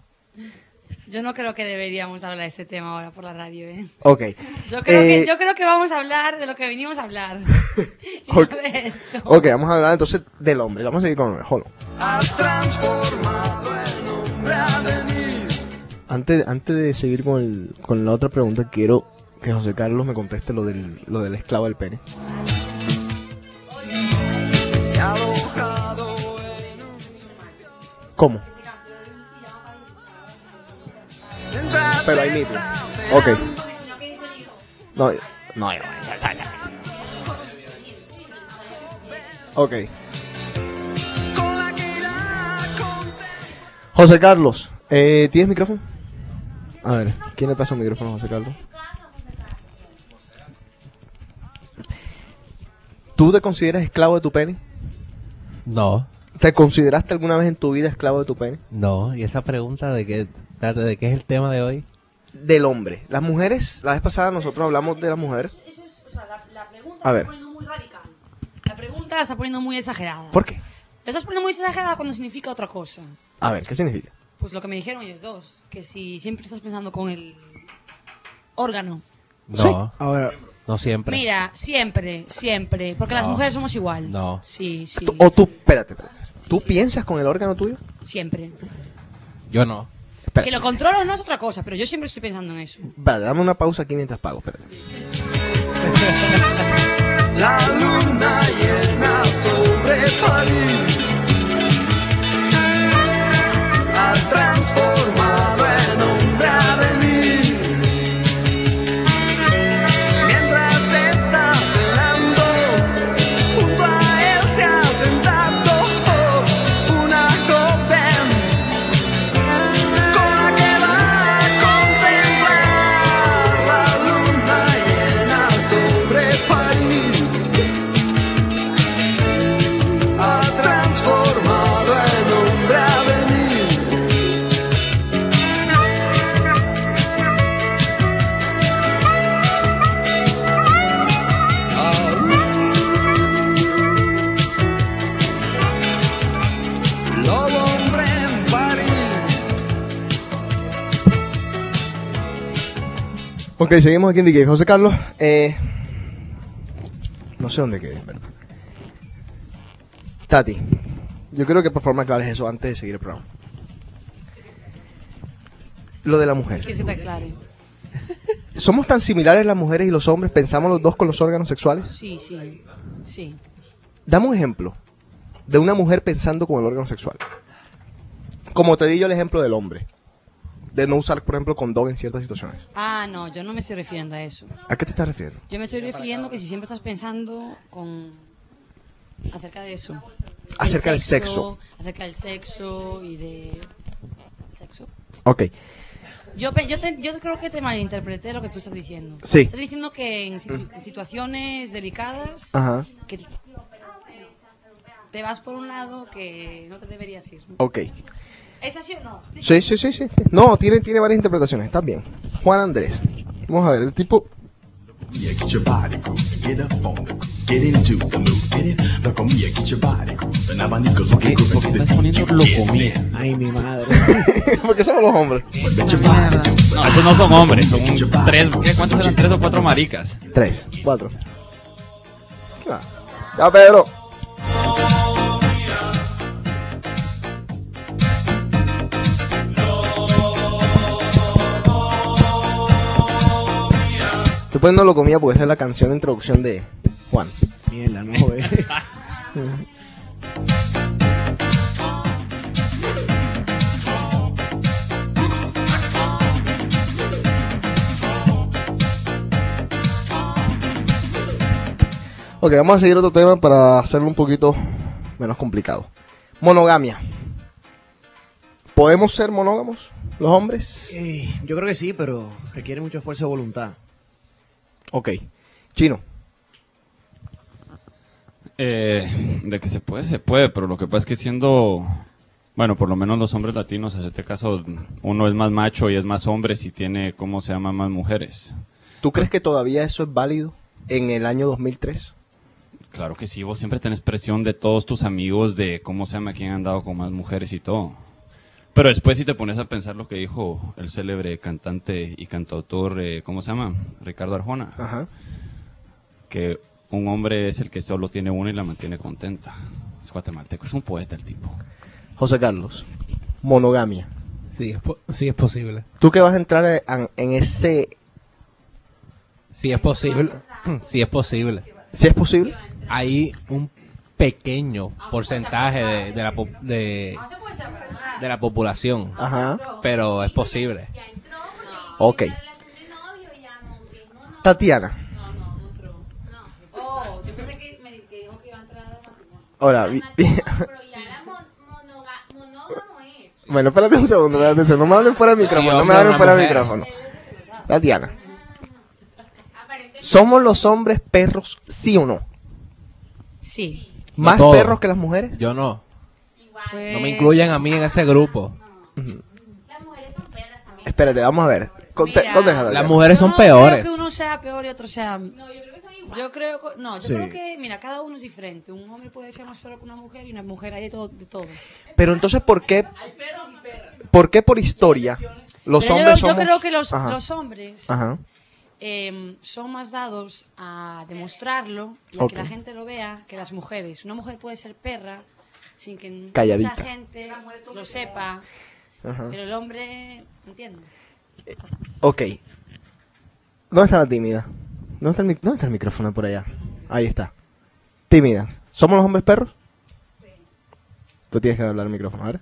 Yo no creo que deberíamos hablar de este tema ahora por la radio, ¿eh?
Ok.
Yo creo,
eh,
que, yo creo que vamos a hablar de lo que vinimos a hablar. Y no
Ok.
de esto.
Ok, vamos a hablar entonces del hombre. Vamos a seguir con el hombre. Jolo. Antes, antes de seguir con, el- con la otra pregunta, quiero que José Carlos me conteste lo del, lo del esclavo del pene. ¿Cómo? Pero ahí mismo. Ok. No, no, ya, ya, ya, ya. Ok. José Carlos, eh, ¿tienes micrófono? A ver, ¿quién le pasa el micrófono a José Carlos? ¿Tú te consideras esclavo de tu pene?
No,
¿Te consideraste alguna vez en tu vida esclavo de tu pene?
no. Y esa pregunta de qué, de qué es el tema de hoy.
Del hombre. Las mujeres, la vez pasada nosotros hablamos de la mujer.
Eso es, o sea, la, la pregunta la
A ver.
está poniendo muy radical. La pregunta la está poniendo muy exagerada.
¿Por qué?
La estás poniendo muy exagerada cuando significa otra cosa.
A ver, ¿qué significa?
Pues lo que me dijeron ellos dos, que si siempre estás pensando con el órgano.
No,
Ahora,
no siempre.
Mira, siempre, siempre, porque las
No.
mujeres somos igual.
No.
Sí, sí.
Tú- O tú, espérate, espérate. ¿Tú piensas con el órgano tuyo?
Siempre.
Yo no.
Que lo controlo no es otra cosa, pero yo siempre estoy pensando en eso.
Vale, dame una pausa aquí mientras pago, espérate.
La luna llena sobre París.
Ok, seguimos aquí en DJ. José Carlos, eh, no sé dónde quedé. pero- Tati, yo creo que por favor me aclares eso antes de seguir el programa. Lo de la mujer.
Que se te aclare.
¿Somos tan similares las mujeres y los hombres? ¿Pensamos los dos con los órganos sexuales?
Sí, sí. Sí.
Dame un ejemplo de una mujer pensando con el órgano sexual. Como te di yo el ejemplo del hombre. De no usar, por ejemplo, condón en ciertas situaciones.
Ah, no, yo no me estoy refiriendo a eso.
¿A qué te estás refiriendo?
Yo me estoy refiriendo que si siempre estás pensando con acerca de eso.
Acerca del
El
sexo.
Acerca del sexo y de sexo.
Ok.
Yo, pe- yo, te- yo creo que te malinterpreté lo que tú estás diciendo.
Sí.
Estás diciendo que en situ- situaciones delicadas
Ajá.
que te vas por un lado que no te deberías ir.
Ok.
¿Es así o no?
Sí, sí, sí, sí. No, tiene, tiene varias interpretaciones. Está bien. Juan Andrés. Vamos a ver, el tipo.
Yeah, get your body groove, get up on the get into the mood, get it. Look on me, yeah, get your body groove, and I'm a nigga, so get groove into this beat, you get it.
Ay, mi madre.
Porque somos los hombres.
No, esos no son hombres, son tres, ¿qué? ¿cuántos eran? Tres o cuatro maricas.
Tres, cuatro. ¿Qué va? Ya, Pedro. Estoy poniendo lo comía porque esa es la canción de introducción de Juan.
Mierda, no joder.
Ok, vamos a seguir otro tema para hacerlo un poquito menos complicado. Monogamia. ¿Podemos ser monógamos los hombres?
Eh, yo creo que sí, pero requiere mucho esfuerzo de voluntad.
Ok. Chino.
Eh, de que se puede, se puede, pero lo que pasa es que siendo, bueno, por lo menos los hombres latinos, en este caso, uno es más macho y es más hombre si tiene, ¿cómo se llama?, más mujeres.
¿Tú crees que todavía eso es válido en el año 2003?
Claro que sí, vos siempre tenés presión de todos tus amigos de cómo se llama, quién han dado con más mujeres y todo. Pero después si te pones a pensar lo que dijo el célebre cantante y cantautor, eh, ¿cómo se llama? Ricardo Arjona. Que un hombre es el que solo tiene una y la mantiene contenta. Es guatemalteco, es un poeta el tipo.
José Carlos. Monogamia.
Sí, es po- sí es posible.
¿Tú que vas a entrar eh, an- en ese...
Si es posible. Si es posible.
Si es posible.
Hay un pequeño porcentaje de, de la, po- de, de la población.
Ajá.
Pero es posible.
Ok. Tatiana.
Oh, yo pensé que me que dijo que iba a entrar a
Ahora, vi- vi- bueno, espérate un segundo, espérate un segundo. No me hablen fuera de micrófono,
Sí,
no me
hombre,
hablen
una
fuera de
mujer.
micrófono. Tatiana. ¿Somos los hombres perros, sí o no?
Sí.
¿Más
todos.
perros que las mujeres?
Yo no.
Pues-
No me incluyan a mí en ese grupo.
Espérate, vamos a ver. Conte-
Mira,
contéstala, Tatiana.
Las mujeres son
Creo
peores.
que uno sea peor y otro sea. No, yo creo que son iguales. Yo creo, co- no, yo
Sí.
creo que, mira, cada uno es diferente. Un hombre puede ser más peor que una mujer y una mujer hay de todo. De todo.
Pero entonces, ¿por qué? ¿Por qué por historia los
Pero yo-
hombres
yo,
somos...
creo que los,
Ajá.
los hombres
Ajá.
eh, son más dados a demostrarlo y a
Ok.
que la gente lo vea que las mujeres. Una mujer puede ser perra sin que
Calladita.
mucha gente lo sepa,
Ajá.
pero el hombre, entiendo.
Ok. ¿Dónde está la tímida? ¿Dónde está, el mic- dónde está el micrófono por allá? Ahí está. Tímida. ¿Somos los hombres perros? Tú tienes que hablar al micrófono, a ver.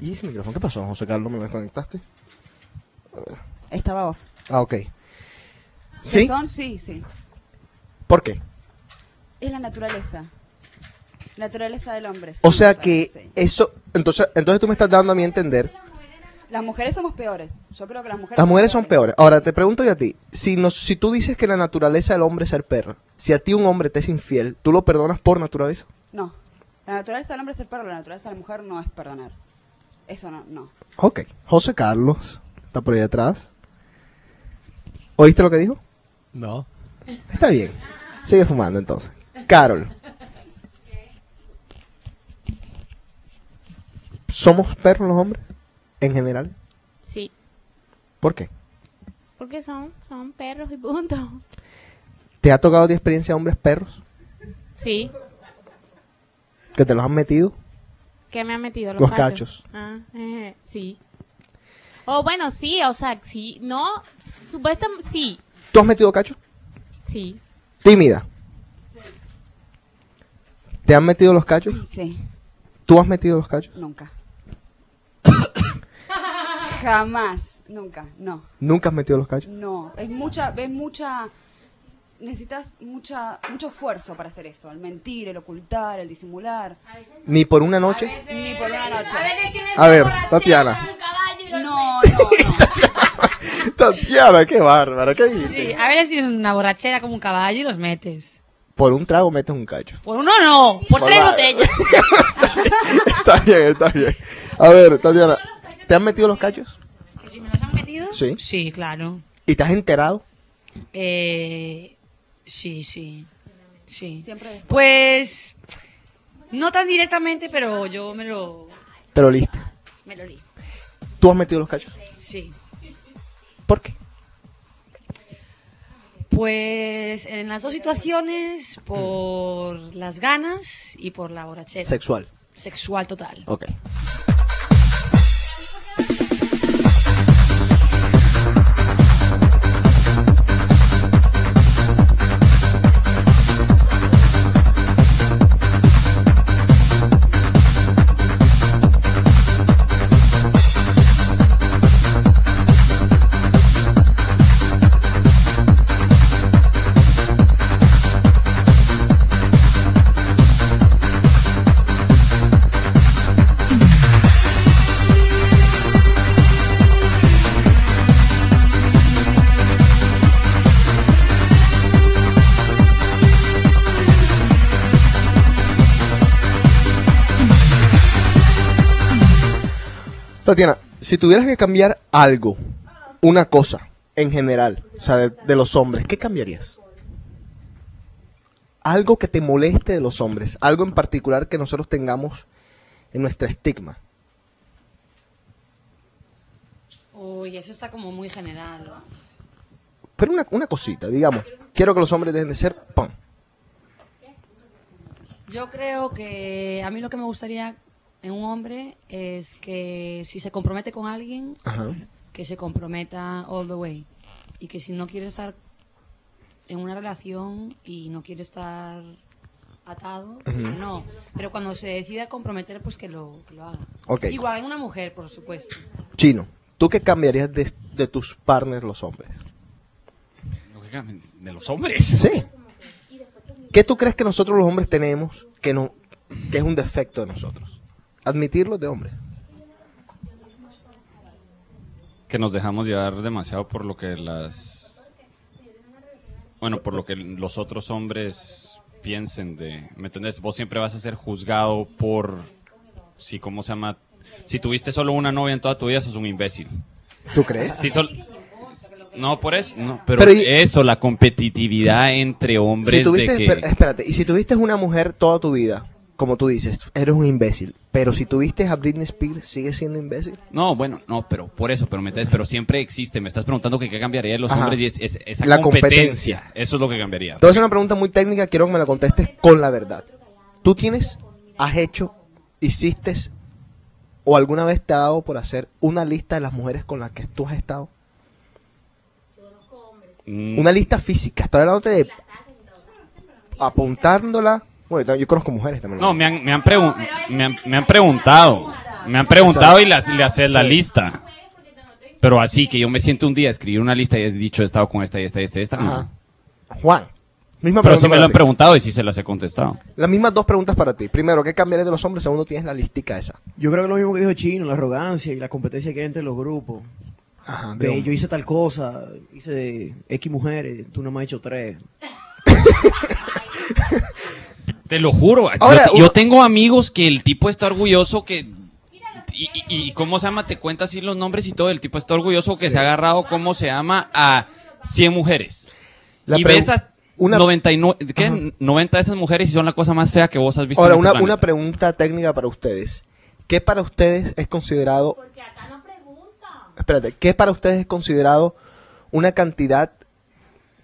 ¿Y ese micrófono? ¿Qué pasó, José Carlos? ¿Me lo desconectaste?
Estaba off.
Ah, ok.
¿Que
¿Sí?
son? Sí, sí.
¿Por qué?
Es la naturaleza. La naturaleza del hombre.
O
sí,
sea
me
que
parece.
eso... Entonces, entonces tú me estás dando a mí a entender
Las mujeres somos peores. Yo creo que las mujeres.
Las mujeres son peores. Ahora, te pregunto yo a ti. Si, nos, si tú dices que la naturaleza del hombre es ser perro, si a ti un hombre te es infiel, ¿tú lo perdonas por naturaleza?
No. La naturaleza del hombre es el perro, la naturaleza de la mujer no es perdonar. Eso no, no.
Ok. José Carlos, está por ahí atrás. ¿Oíste lo que dijo?
No.
Está bien. Sigue fumando entonces. Carol. ¿Somos perros los hombres? En general.
Sí,
¿Por qué?
Porque son, son perros y punto.
¿Te ha tocado de experiencia hombres perros
Sí,
que te los han metido?
que me han metido los,
Los cachos.
Ah, eh, sí. O bueno, sí, o sea, sí, no, supuestamente sí,
¿Tú has metido cacho?
sí.
Tímida. ¿Te han metido los cachos?
Sí,
¿Tú has metido los cachos?
nunca. Jamás, nunca, no.
¿Nunca has metido los cachos?
No, es mucha, es mucha, necesitas mucha, mucho esfuerzo para hacer eso, el mentir, el ocultar, el disimular.
¿Ni por una noche?
Ni por una noche.
A ver, Tatiana.
No, no.
Tatiana, qué bárbara, qué dijiste?
Sí, a veces tienes una borrachera como un caballo y los metes.
Por un trago metes un cacho.
Por uno no, por
Por
tres
la-
botellas.
está bien, está bien. A ver, Tatiana, ¿te han metido los cachos?
¿Que si me los han metido?
Sí.
Sí, claro.
¿Y te has enterado?
Eh, sí, sí. Sí.
Siempre.
Pues no tan directamente, pero yo me lo
Te lo liste.
me lo li.
¿Tú has metido los cachos?
Sí.
¿Por qué?
Pues en las dos situaciones por las ganas y por la borrachera.
Mm. Sexual.
Sexual total.
Ok. Tatiana, si tuvieras que cambiar algo, una cosa, en general, o sea, de, de los hombres, ¿qué cambiarías? Algo que te moleste de los hombres, algo en particular que nosotros tengamos en nuestra estigma.
Uy, eso está como muy general. ¿no?
Pero una, una cosita, digamos, quiero que los hombres dejen de ser pan.
Yo creo que a mí lo que me gustaría en un hombre es que si se compromete con alguien,
Ajá.
que se comprometa all the way. Y que si no quiere estar en una relación y no quiere estar atado, pues
Ujú.
que no. Pero cuando se decida comprometer, pues que lo, que lo haga.
Ok.
Igual en una mujer, por supuesto.
Chino, ¿tú qué cambiarías de, de tus partners los hombres?
De los hombres.
Sí. ¿Qué tú crees que nosotros los hombres tenemos que no que es un defecto de nosotros? Admitirlo de hombres.
Que nos dejamos llevar demasiado por lo que las. Bueno, por lo que los otros hombres piensen de. ¿Me entendés? Vos siempre vas a ser juzgado por. Si, ¿cómo se llama? Si tuviste solo una novia en toda tu vida, sos un imbécil.
¿Tú crees?
Si sol- No, por eso. No, pero,
Pero y-
eso, la competitividad entre hombres
Si tuviste,
de
eh,
que.
esper- espérate, y si tuviste una mujer toda tu vida, como tú dices, eres un imbécil, pero si tuviste a Britney Spears, ¿sigues siendo imbécil?
No, bueno, no, pero por eso, pero, ¿me entiendes? pero siempre existe. Me estás preguntando que qué cambiaría de los
Ajá.
hombres y es, es- esa
La
competencia. Eso es lo que cambiaría.
Entonces es una pregunta muy técnica, quiero que me la contestes con la verdad. ¿Tú tienes, has hecho, hiciste o alguna vez te ha dado por hacer una lista de las mujeres con las que tú has estado?
Mm,
Una lista física, estoy hablando de apuntándola. Bueno, yo conozco mujeres también.
No, me han, me, han pregun- me, han, me han preguntado. Me han preguntado y las, le haces la
Sí.
lista. Pero así que yo me siento un día a escribir una lista y he dicho he estado con esta y esta y esta y esta. no.
Ajá. Juan, misma
Pero
pregunta.
sí me lo
para
han
ti.
preguntado y sí se las he contestado.
Las mismas dos preguntas para ti. Primero, ¿qué cambiarías de los hombres? Segundo, tienes la listica esa.
Yo creo que lo mismo que dijo Chino, la arrogancia y la competencia que hay entre los grupos.
Ajá,
De, yo hice tal cosa, hice X mujeres, tú nomás has hecho tres.
Te lo juro. yo
Ahora,
te- yo,
uno-
tengo amigos que el tipo está orgulloso que... Y, y- y cómo se llama, te cuenta así los nombres y todo. El tipo está orgulloso que se ha agarrado, cómo se llama, a 100 mujeres.
La
y
pregu-
ves a
una-
99, ¿qué? 90 de esas mujeres y son la cosa más fea que vos has visto.
Ahora,
en este
una,
planeta.
una pregunta técnica para ustedes. ¿Qué para ustedes es considerado... Espérate, ¿qué para ustedes es considerado una cantidad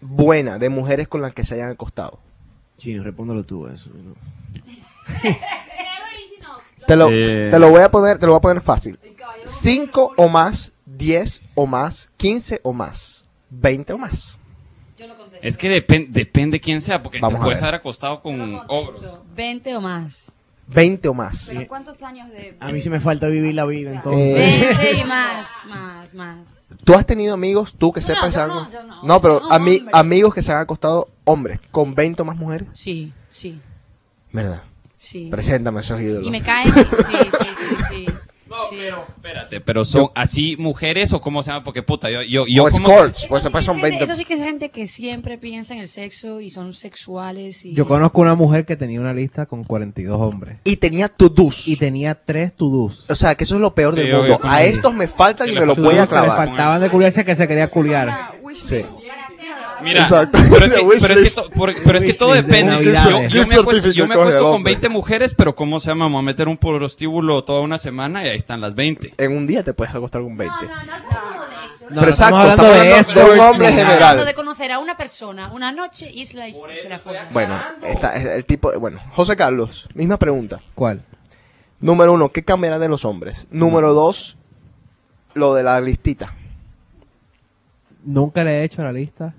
buena de mujeres con las que se hayan acostado?
Chino, respóndelo tú eso. ¿no?
Te lo,
Eh.
te lo voy a poner, te lo voy a poner fácil. 5 o más, 10 o más, 15 o más, 20 o más.
Es que depen- depende quién sea, porque
Vamos
te
a
puedes
ver.
haber acostado con ogros.
20 o más.
20 o más.
Pero
¿Cuántos años de.?
A mí sí me falta vivir la vida, entonces.
Eh.
20 y más, más, más.
¿Tú has tenido amigos, tú que sepas?
yo
algo?
no, yo no.
pero
No,
ami-
hombre.
amigos que se han acostado hombres con 20 o más mujeres.
Sí, sí,
¿Verdad?
sí.
Preséntame esos ídolos.
Y me caen. Sí, sí, sí, sí. Sí.
Espérate, pero son así mujeres o cómo se llama, porque puta, yo, yo, yo
o
como-
escorts, pues después son
Gente-
20.
Eso sí que es gente que siempre piensa en el sexo y son sexuales. Y...
Yo conozco una mujer que tenía una lista con 42 hombres.
Y tenía to-dos.
Y tenía tres to-dos.
O sea, que eso es lo peor
Sí,
del
yo-
mundo.
yo
A
conozco.
estos me faltan y me lo
To-dos
voy a
que le
clavar.
faltaban de culiarse que se quería culiar.
Sí.
Mira,
Exacto.
pero es que,
The wish
pero es que
list.
to- por- pero es que todo
Wish list de
depende. Yo,
Navidad.
yo
Gift
me acuesto, yo
certificate
me acuesto
del
con
hombre.
20 mujeres, pero ¿cómo se llama? Me voy a meter un prostíbulo toda una semana y ahí están las 20.
En un día te puedes acostar con 20.
No,
Pero
no,
exacto,
estamos hablando
estamos
de
hablando de
esto.
un hombre
Estamos
general.
Hablando de conocer a una persona una noche y se la, se la follan.
Bueno, está, es el tipo. Bueno, José Carlos, misma pregunta.
¿Cuál?
Número uno, ¿qué cambiará de los hombres? Número dos, lo de la listita.
Nunca le he hecho la lista.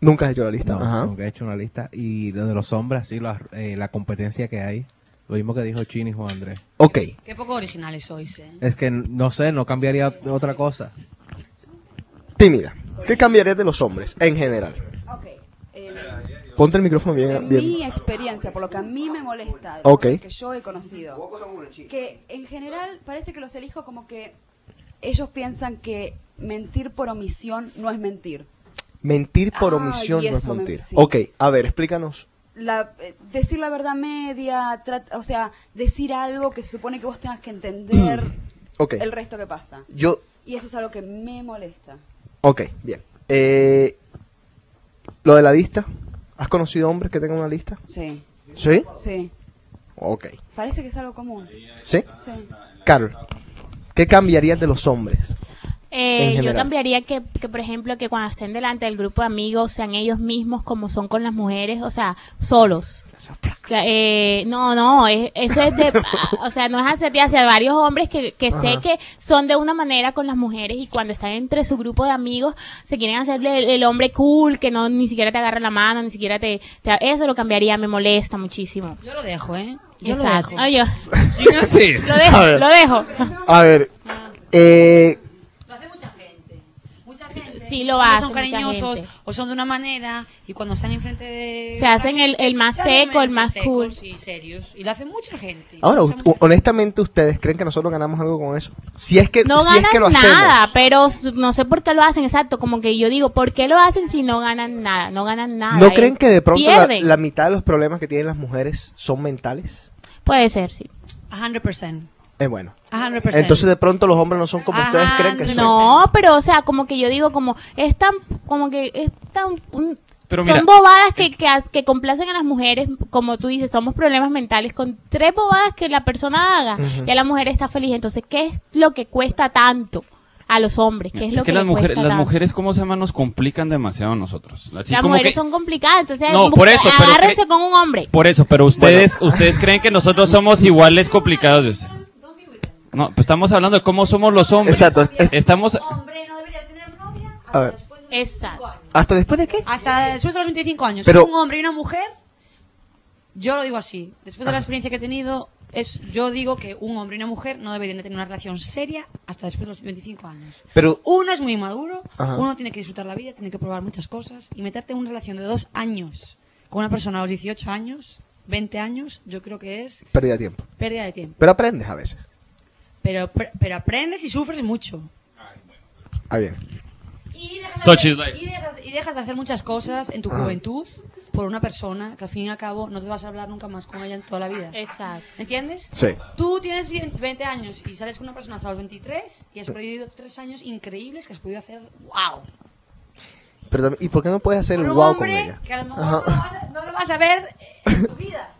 Nunca has hecho la lista.
No,
Ajá.
nunca he hecho una lista. Y lo de los hombres, sí, la, eh, la competencia que hay. Lo mismo que dijo Chini y Juan Andrés.
Ok.
Qué poco originales sois, eh.
Es que n- no sé, no cambiaría ot- otra cosa.
Tímida. ¿Qué cambiarías de los hombres en general?
Ok. eh,
Ponte el micrófono bien.
de mi
bien.
experiencia, por lo que a mí me molesta, de
Ok.
lo que yo he conocido, que en general parece que los elijo como que ellos piensan que mentir por omisión no es mentir.
Mentir por
Ah,
omisión
y
no es
eso me-
mentir.
sí.
Ok, a ver, explícanos.
La, eh, decir la verdad media, trat- o sea, decir algo que se supone que vos tengas que entender
Mm, Ok.
el resto que pasa.
Yo.
Y eso es algo que me molesta.
Ok, bien. Eh, lo de la lista. ¿Has conocido hombres que tengan una lista?
Sí.
¿Sí?
Sí.
Ok.
Parece que es algo común.
¿Sí?
Sí.
Carol, ¿qué cambiarías de los hombres? En
Eh, yo
general.
cambiaría que, que, por ejemplo, que cuando estén delante del grupo de amigos sean ellos mismos como son con las mujeres, o sea, solos. O sea, eh, no, no, es, eso es de, o sea, no es hacia ti, hacia varios hombres que, que sé
Ajá.
que son de una manera con las mujeres y cuando están entre su grupo de amigos se quieren hacerle el, el hombre cool, que no ni siquiera te agarra la mano, ni siquiera te, te- eso lo cambiaría, me molesta muchísimo.
Yo lo dejo, ¿eh? Yo
Exacto.
lo dejo.
Ah, yo-
¿Quién hace eso?
Lo dejo,
A ver.
lo dejo.
A ver, eh,
Sí, lo
Cuando
hacen.
Son
mucha
cariñosos
gente.
o son de una manera y cuando están enfrente de.
Se hacen el- el más
Salen
seco, el más
secos
cool.
Y serios. Y lo hacen mucha gente.
ahora, u- honestamente, ¿ustedes creen que nosotros ganamos algo con eso? Si es que,
No
si es
ganan
que lo hacemos.
nada, pero s- no sé por qué lo hacen, exacto, como que yo digo, ¿por qué lo hacen si no ganan nada? No ganan nada.
¿No
eh,
creen que de pronto la,
pierden?
la mitad de los problemas que tienen las mujeres son mentales?
Puede ser, sí.
100%.
Es bueno.
100%.
Entonces de pronto los hombres no son como ustedes creen que son.
No, pero o sea, como que yo digo, como es tan, como que es tan... un-
Pero
son
mira-
bobadas que, que, as- que complacen a las mujeres, como tú dices, somos problemas mentales con tres bobadas que la persona haga
Ujú.
y a la mujer está feliz. Entonces, ¿qué es lo que cuesta tanto a los hombres? ¿Qué es,
Es
lo
que las
le cuesta
mujeres, las
tanto?
mujeres, ¿cómo se llama? Nos complican demasiado a nosotros. Así
las
como
mujeres
que-
son complicadas, entonces
No, por eso, pero
agárrense con un hombre.
Por eso, pero ustedes, ustedes creen que nosotros somos iguales complicados de usted. No, pues estamos hablando de cómo somos los hombres. Exacto. Estamos.
A ver,
pues,
Exacto.
¿hasta después de qué?
Hasta después de los 25 años.
Pero-
un hombre y una mujer, yo lo digo así. Después de la experiencia que he tenido, es, yo digo que un hombre y una mujer no deberían de tener una relación seria hasta después de los 25 años.
Pero-
uno es muy inmaduro,
Ajá.
uno tiene que disfrutar la vida, tiene que probar muchas cosas y meterte en una relación de dos años con una persona a los 18 años, 20 años, yo creo que es
Pérdida de tiempo.
pérdida de tiempo.
Pero aprendes a veces.
Pero, pero, pero aprendes y sufres mucho.
Ah, bien.
Such is life.
Y dejas, y dejas de hacer muchas cosas en tu
Ajá.
juventud por una persona que al fin y al cabo no te vas a hablar nunca más con ella en toda la vida.
Ah, Exacto.
¿Entiendes?
Sí.
Tú tienes 20 20 años y sales con una persona hasta los 23 y has perdido tres años increíbles que has podido hacer. ¡Wow!
Pero también- ¿Y por qué no puedes hacer
Con
el
un
wow con
hombre
ella?
que a lo mejor no
Ajá.
lo, vas a, no lo vas a ver.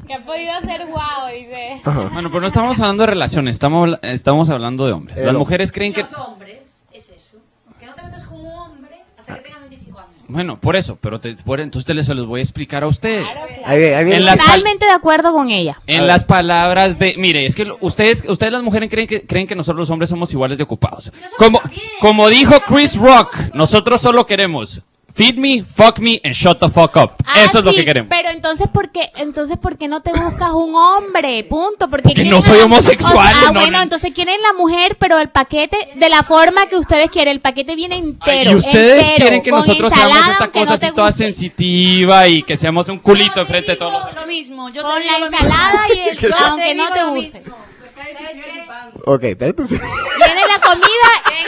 Que ha podido hacer guau, dice.
Bueno, pero no estamos hablando de relaciones, estamos, habla- estamos
Eh,
hablando de hombres. Las mujeres creen que.
Los hombres, es eso. Que no te metas con un hombre hasta que tengas 25
Bueno, por eso, pero te- por- entonces te les, se los voy a explicar a ustedes.
Ahí viene, ahí viene.
En las pal-
Totalmente de acuerdo con ella.
En las palabras de, mire, es que lo- ustedes, ustedes las mujeres creen que, creen que nosotros los hombres somos iguales de ocupados. Como, como dijo Chris Rock, nosotros solo queremos feed me, fuck me and shut the fuck up.
Ah,
Eso es lo
sí,
que queremos.
Pero entonces, ¿por qué, entonces, ¿por qué no te buscas un hombre? Punto. Porque
Porque
quieren
no
a la-
soy homosexual,
O sea, ah,
no,
bueno,
no.
entonces quieren la mujer, pero el paquete de la forma que ustedes quieren. El paquete viene entero.
y ustedes
entero,
quieren que
con
nosotros
ensalada,
seamos esta
aunque
cosa
no te
así toda sensitiva y que seamos un culito enfrente de todos los
Lo mismo, yo
Con
te digo
la
lo mismo.
ensalada y el-
Yo te
aunque
digo
no te
lo
guste.
mismo.
Ok, pero entonces.
Viene la comida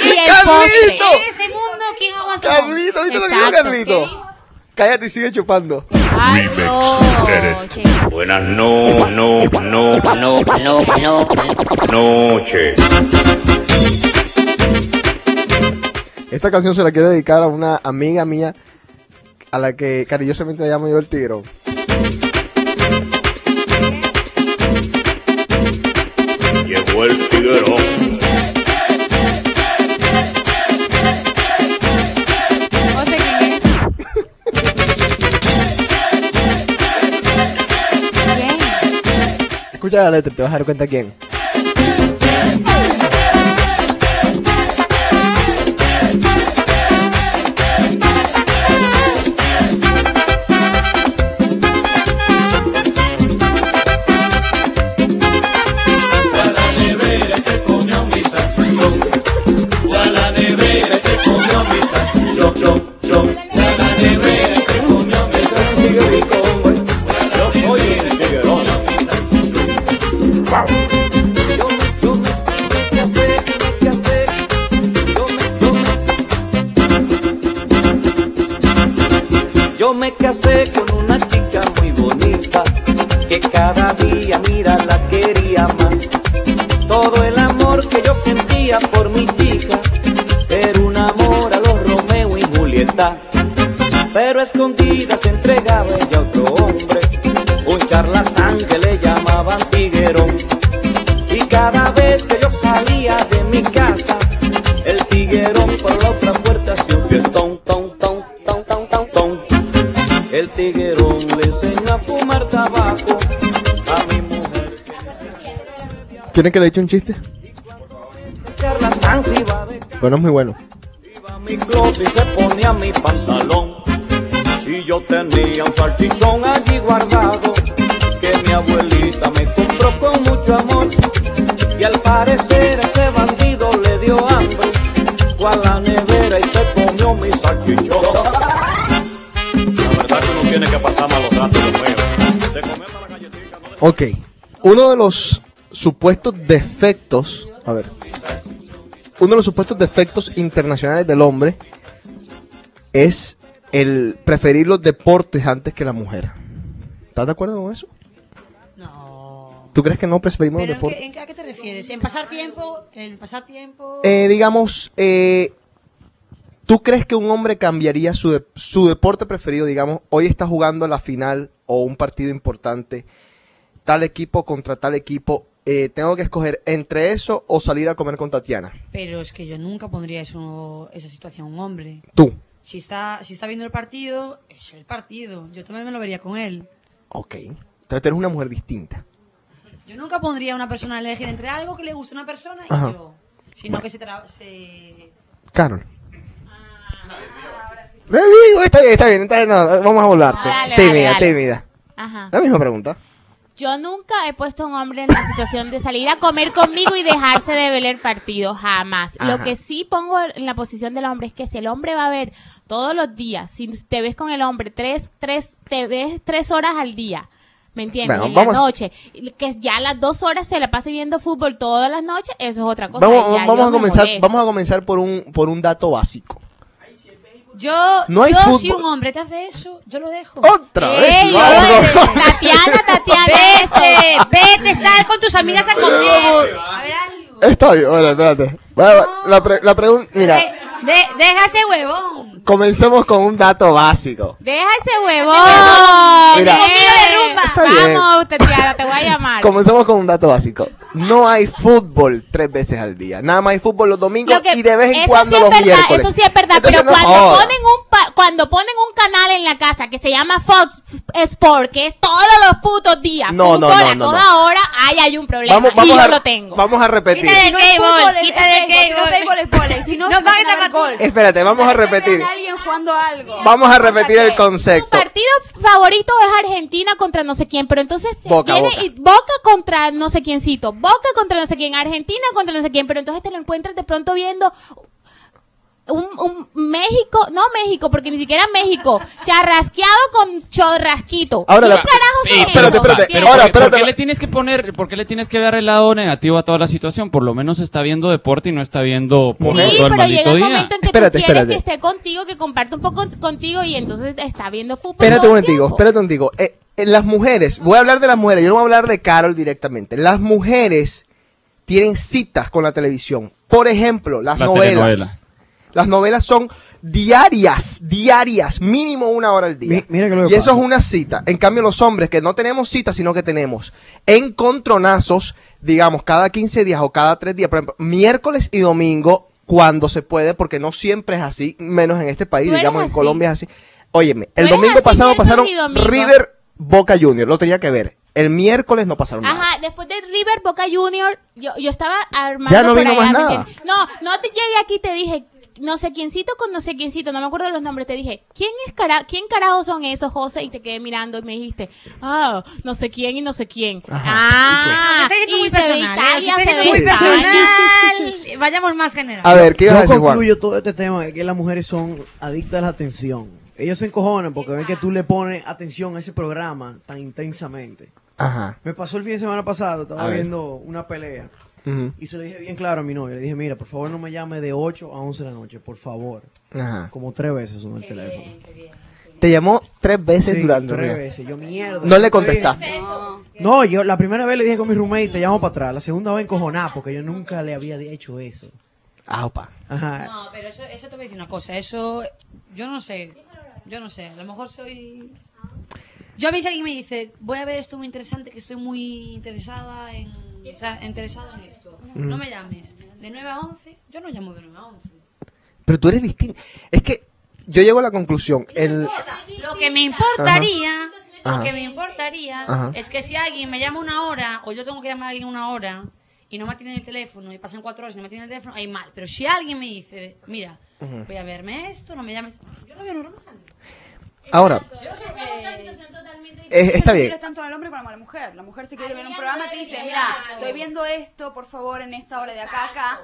y el
¡Carlito!
postre.
En este mundo, ¿quién aguanta? más?
Carlito, ¿viste lo que dijo
Exacto.
Carlito? Cállate y sigue chupando.
Buenas no, no, no, no, no, no, noche.
Esta canción se la quiero dedicar a una amiga mía a la que cariñosamente llamo yo el tigrón.
Llegó el tiguerón.
Escucha la letra, te vas a dar cuenta quién.
Yo me casé con una chica muy bonita que cada día mira la quería más. Todo el amor que yo sentía por mi chica era un amor a los Romeo y Julieta. Pero escondida se entregaba ella a otro hombre, un charlatán que le llamaban Tiguerón. Y cada vez que yo salía de mi casa, el Tiguerón por la otra puerta hacía un fiestón, ton, ton, ton, ton, ton, ton. El tiguerón le enseñó a fumar tabaco a mi mujer
¿Quieren que le eche un chiste?
charlatán se iba de
Bueno, es muy bueno.
a mi closet y se ponía mi pantalón y yo tenía un salchichón allí guardado que mi abuelita me compró con mucho amor y al parecer ese bandido le dio hambre fue a la nevera y se comió mi salchichón. La verdad que uno tiene que pasar malos ratos, los feos. Se comió
Ok. Uno de los supuestos defectos. A ver. Uno de los supuestos defectos internacionales del hombre es el preferir los deportes antes que la mujer. ¿Estás de acuerdo con eso? No. ¿Tú crees que no preferimos los
Pero ¿en
deportes?
qué- en qué- ¿A qué te refieres? ¿En pasar tiempo? ¿En pasar tiempo?
Eh, digamos, eh, ¿tú crees que un hombre cambiaría su, de- su deporte preferido? Digamos, hoy está jugando la final o un partido importante, tal equipo contra tal equipo. eh, tengo que escoger entre eso o salir a comer con Tatiana.
Pero es que yo nunca pondría eso, esa situación a un hombre.
Tú.
Si está, si está viendo el partido, es el partido. Yo también me lo vería con él.
Ok. Entonces tú eres una mujer distinta.
Yo nunca pondría a una persona a elegir entre algo que le guste a una persona y
Ajá.
yo. Sino que se, tra- se...
Carol.
Ah,
Le digo, Eh, está bien, está bien. entonces no, vamos a volarte.
Ah, dale,
tímida,
dale, dale.
tímida.
Ajá.
La misma pregunta.
Yo nunca he puesto a un hombre en la situación de salir a comer conmigo y dejarse de ver el partido, jamás.
Ajá.
Lo que sí pongo en la posición del hombre es que si el hombre va a ver todos los días, si te ves con el hombre tres, tres, te ves tres horas al día, ¿me entiendes?
Bueno,
en
vamos-
la noche, y que ya las dos horas se la pase viendo fútbol todas las noches, eso es otra cosa.
Vamos,
y ya
vamos
yo
a
me
comenzar,
molesto.
vamos a comenzar por un, por un dato básico.
Yo,
No hay
yo si
fútbol.
un hombre te hace eso, yo lo dejo.
Otra vez,
Ey,
Iván,
oye,
no.
Tatiana, Tatiana, vete, vete, sal con tus amigas a
Pero
comer.
Está bien, bueno, espérate. Bueno, la, pre- la pregunta, mira,
Eh.
De- deja ese huevón.
comencemos con un dato básico.
Deja ese huevón.
Mira.
eh.
Conmigo Está bien.
Vamos, Tatiana, te voy a llamar.
Comencemos con un dato básico. No hay fútbol tres veces al día. Nada más hay fútbol los domingos
Lo que-
y de vez en
eso
cuando
sí es
los
verdad,
miércoles.
Eso sí es verdad,
Entonces,
pero
no
cuando
joda.
ponen un pa- cuando ponen un canal en la casa que se llama Fox Sport, que es todos los putos días,
No, no,
fútbol
no,
a
no,
toda
no.
hora, ahí hay un problema.
Vamos, vamos
y yo
a,
lo tengo.
vamos a repetir.
Quita de
Si no es
béisbol,
fútbol, es-
quita de
es béisbol. Si no es
béisbol.
béisbol, es vóley. Si no,
No
se
pagues
meten al gol.
Espérate, vamos a repetir.
Alguien jugando algo.
Vamos a repetir el concepto.
partido favorito es Argentina contra no sé quién, pero entonces te
Boca,
viene
Boca.
y Boca contra no sé quiéncito, Boca contra no sé quién, Argentina contra no sé quién, pero entonces te lo encuentras de pronto viendo un, un México, no México, porque ni siquiera México, charrasqueado con chorrasquito.
Ahora
¿Qué
la-
carajos es eso?
Pero ¿por, qué- por qué le tienes que poner, por qué le tienes que ver el lado negativo a toda la situación? Por lo menos está viendo deporte y no está viendo porno
Sí,
todo el
pero llega
maldito
un
día.
momento en que tú quieres que esté contigo, que comparte un poco contigo y entonces está viendo fútbol.
Espérate
todo
un
el
momentico,
tiempo.
espérate un momentico. Eh, eh, las mujeres, voy a hablar de las mujeres, yo no voy a hablar de Carol directamente. Las mujeres tienen citas con la televisión. Por ejemplo, las
La
novelas.
telenovela.
Las novelas son diarias, diarias, mínimo una hora al día.
mira que lo
y
que
eso es
pasa.
una cita. En cambio, los hombres que no tenemos citas, sino que tenemos encontronazos, digamos, cada 15 días o cada 3 días, por ejemplo, miércoles y domingo, cuando se puede, porque no siempre es así, menos en este país,
Tú eres
digamos, en
así.
Colombia es así. Óyeme, el
Tú eres
domingo
así,
pasado
miércoles
pasaron
y domingo.
River Boca Junior, lo tenía que ver. El miércoles no pasaron nada.
Ajá, después de River Boca Junior, yo, yo estaba armando
Ya no
por
vino
allá, ¿me
más nada.
entiendes? No, no te llegué aquí y te dije, no sé quiéncito con no sé quiéncito, no me acuerdo los nombres, te dije, ¿quién es cara quién carajo son esos, José? Y te quedé mirando y me dijiste, ah, no sé quién y no sé quién. Ah,
Se está yendo muy
y se ve
personal,
Italia,
¿eh? Se está
se
yendo
ve
muy
Italia.
personal. Vayamos más general.
A ver, ¿qué ibas a decir, Juan?
concluyo todo este tema de que las mujeres son adictas a la atención. Ellos se encojonan porque ven que tú le pones atención a ese programa tan intensamente.
Ajá.
Me pasó el fin de semana pasado,
A
estaba
ver.
viendo una pelea.
Ujú.
Y se lo dije bien claro a mi novia. Le dije, mira, por favor no me llame de 8 a 11 de la noche, por favor.
Ajá.
Como tres veces sonó el teléfono.
Te llamó tres veces
Sí,
durante el
tres
día.
veces. Yo, mierda.
No le
Yo dije,
contestaste.
No, yo la primera vez le dije con mi roommate, te llamo para atrás. La segunda vez encojonada porque yo nunca le había hecho eso.
Ah, opa.
Ajá.
No, pero eso, eso te voy a decir una cosa. Eso, yo no sé. Yo no sé. A lo mejor soy. Yo a mí si alguien me dice, voy a ver esto muy interesante, que estoy muy interesada en. O sea, interesado en esto.
Mm.
No me llames. De 9 a 11, yo no llamo de 9 a 11.
Pero tú eres distinto. Es que yo llego a la conclusión. El...
Lo que me importaría,
Ajá.
lo que me importaría
Ajá.
es que si alguien me llama una hora o yo tengo que llamar a alguien una hora y no me atienden el teléfono y pasan cuatro horas y no me atienden el teléfono, ahí mal. Pero si alguien me dice, mira,
Ujú.
voy a verme esto, no me llames, yo lo veo normal.
Ahora,
Yo no sé
eh, está bien.
quieres tanto al hombre como a la mujer. La mujer si quiere ver un programa te dice, mira, estoy viendo esto, por favor, en esta hora de acá a acá.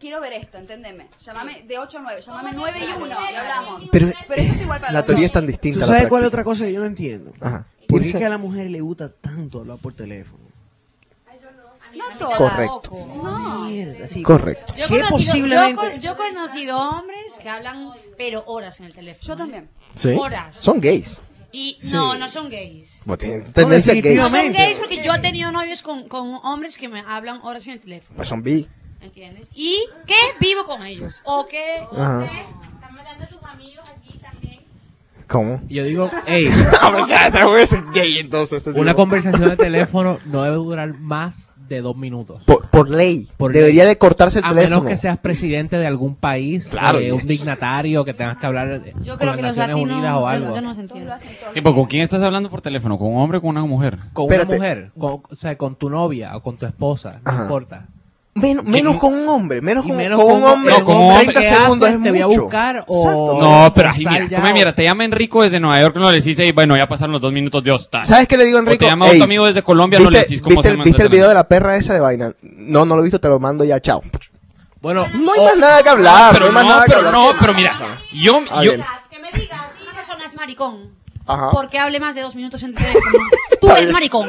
Quiero ver esto, entendeme. Llámame de 8 a 9, llámame 9 y 1 y hablamos.
Pero,
eso es igual para
la
los
teoría
dos.
es tan distinta.
¿Tú
a la
sabes cuál es
práctica.
otra cosa que yo no entiendo?
Ajá.
¿Por
Dice-
qué a la mujer le gusta tanto hablar por teléfono?
No
todas.
Correcto.
No.
Mierda, sí.
Correcto.
Yo he
¿Qué
conocido-
posiblemente?
yo con- Yo, he conocido hombres que hablan, pero horas en el teléfono. Yo también.
Sí.
Horas.
Son gays.
Y
Sí.
no, no son gays.
Bueno, tienen tendencia gay.
No son gays porque yo he tenido novios con, con hombres que me hablan horas en el teléfono.
Pues son bi.
¿Entiendes? Y que vivo con ellos. O que.
Ajá. ¿Cómo?
Yo digo, hey.
O sea, esta mujer es gay, entonces, este
Una
tipo.
conversación de teléfono no debe durar más de dos minutos.
Por, por ley.
Por
Debería
ley.
de cortarse el
a
teléfono.
menos que seas presidente de algún país,
Claro,
de
yes.
un dignatario que tengas que hablar de-
Yo
con
creo
las
que los
Naciones
latinos.
Unidas o
yo-
algo.
yo no se entiendo.
Tipo, ¿Con quién estás hablando por teléfono? ¿Con un hombre o con una mujer?
Con
Espérate.
una mujer, con, o sea, con tu novia o con tu esposa, no
Ajá.
importa.
Men- menos con un hombre, menos
Y
con,
menos
con un
con-
hombre.
no, con un hombre
30
que
segundos
haces,
es
te voy a
mucho.
buscar o-
No, pero así,
Sal
mira,
ya,
come,
o-
mira, te llama Enrico desde Nueva York, no le decís, "Ey, bueno, ya pasaron los dos minutos, Dios está.
¿Sabes qué le digo a
O
Enrico?
te llama
Ey,
otro amigo desde Colombia, no le decís cómo
¿viste,
se
el-
llama.
¿Viste el video de la perra esa de vaina? No, no lo he visto, te lo mando ya, chao.
Bueno,
no hay más nada que hablar,
pero
no hay más
no,
nada que
pero
hablar.
no, pero mira, yo,
Ah,
yo,
bien.
Que me digas que una persona es maricón.
Ajá.
Porque hable más de dos minutos en el teléfono. Tú
Está
eres
bien.
maricón.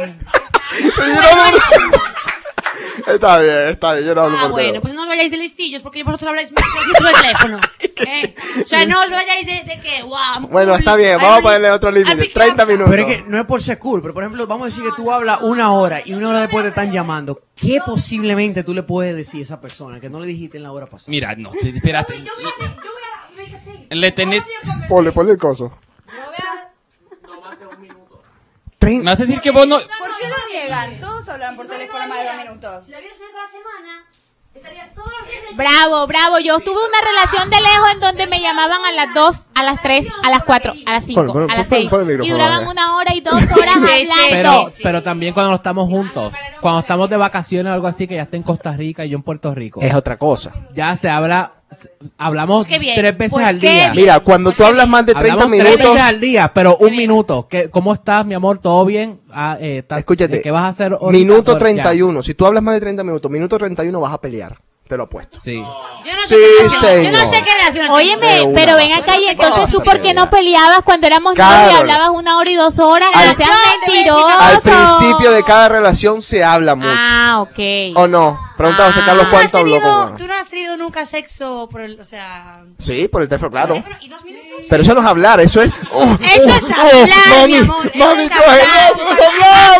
Está bien, está bien, yo no hablo
Ah,
por
bueno,
teléfono.
pues no os vayáis de listillos porque vosotros habláis mucho por teléfono. ¿eh? O sea, no os vayáis de, de que, guau.
Bueno, está bien, vamos a ponerle otro límite. 30 minutos.
Pero es que no es por ser cool, pero por ejemplo, vamos a decir que tú hablas una hora y una hora después te están llamando. ¿Qué posiblemente tú le puedes decir a esa persona que no le dijiste en la hora pasada?
mira, no, sí, espérate. Le tenés,
Ponle, Oh, ponle el coso.
me vas a decir que vos no,
¿Por qué lo niegan? Todos hablan por teléfono más de dos minutos.
Si la vieras una vez a la semana,
Bravo, bravo. Yo tuve una relación de lejos en donde me llamaban a las 2, a las 3, a las 4, a las 5,
Pon- pon-
a las
pon-
6.
pon el
Y
micrófono,
duraban
vaya.
una hora y dos horas
Pero,
hablando.
pero también cuando estamos juntos, cuando estamos de vacaciones o algo así, que ya está en Costa Rica y yo en Puerto Rico.
Es otra cosa.
Ya se habla, s- hablamos
Pues qué bien,
tres veces
pues
al
qué
día.
bien. Mira, cuando
Pues
tú hablas más de 30
Hablamos tres
minutos-
veces al día, pero un minuto. ¿Qué- ¿Cómo estás, mi amor? ¿Todo bien? Ah, eh, ta-
Escúchate.
¿Qué vas a hacer ahorita?
Minuto
Bueno, ya.
31. Si tú hablas más de 30 minutos, minuto 31 vas a pelear. Te lo apuesto.
Sí.
sí,
Yo no sé
señor.
qué relación. Óyeme,
De una.
pero ven acá y entonces tú por qué no peleabas cuando éramos niños
Carol.
y hablabas una hora y dos horas. No seas
Al
mentiroso.
principio de cada relación se habla mucho.
Ah, ok.
¿O no? Pregunta a José
Ah.
Carlos cuánto habló con Juan.
Tú no has tenido nunca sexo por el, o sea,
Sí, por el teléfono, claro. Pero eso no es hablar, eso es. oh,
Eso es
oh,
hablar,
oh, mami,
mi amor, eso
mami,
es
coge,
hablar.
no, vamos a hablar,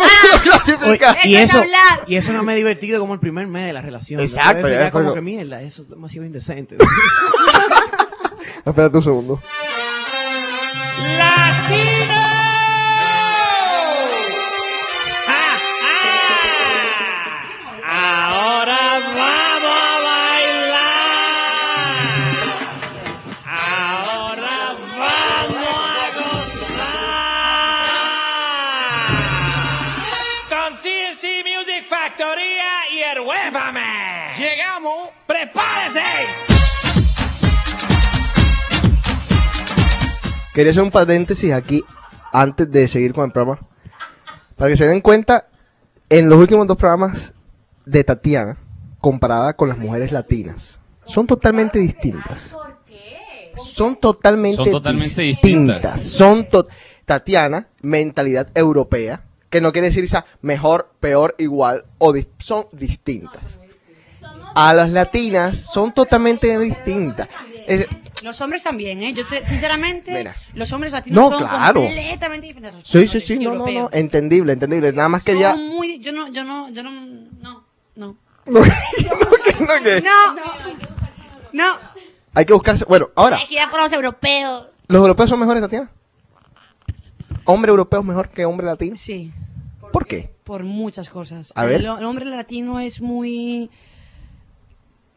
vamos a clasificar.
y eso, y eso no me he divertido como el primer mes de la relación.
Exacto,
Después de eso
ya
ya como
cuando-
que mierda, eso es demasiado indecente.
Espérate un segundo.
Ahora vamos a bailar. Ahora vamos a gozar. Con CNC Music Factoría y el Huevame. Llegamos. ¡Prepárese!
Quería hacer un paréntesis aquí antes de seguir con el programa. Para que se den cuenta, en los últimos dos programas de Tatiana, comparada con las mujeres latinas, son totalmente distintas. Son totalmente,
Son totalmente distintas.
Son to- Tatiana, mentalidad europea, que no quiere decir esa mejor, peor, igual, o dis- son distintas. A las latinas son totalmente distintas. Es-
los hombres también, ¿eh? Yo te- sinceramente,
Mira.
los hombres latinos
No,
son
claro.
completamente diferentes. a los
Sí, sí,
hombres
sí, no, no, no,
europeos.
entendible, entendible. Nada más
Son
quería...
muy, yo no, yo no, yo no, no, no,
no, que-
no, no.
Hay que buscarse. Bueno, ahora,
Hay que ir a por los europeos.
¿los europeos son mejores, Tatiana? ¿Hombre europeo es mejor que hombre latino?
Sí.
¿Por qué?
Por muchas cosas.
A ver.
El, el hombre latino es muy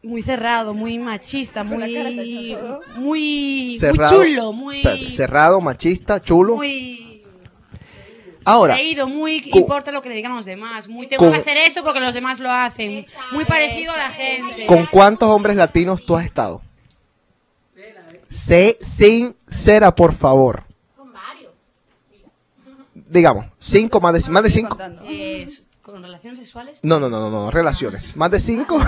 muy cerrado, muy machista, muy muy, muy chulo, muy
Espérate, cerrado, machista, chulo.
muy
Ahora,
leído, muy
cu-
importa lo que le digan los demás, muy tengo
cu-
que hacer esto porque los demás lo hacen, muy parecido a la gente.
¿con cuántos hombres latinos tú has estado? Sé sincera, por favor. Digamos, cinco, más de, más de cinco.
Eh, con relaciones sexuales
No, no, no, no, no, relaciones. ¿Más de cinco?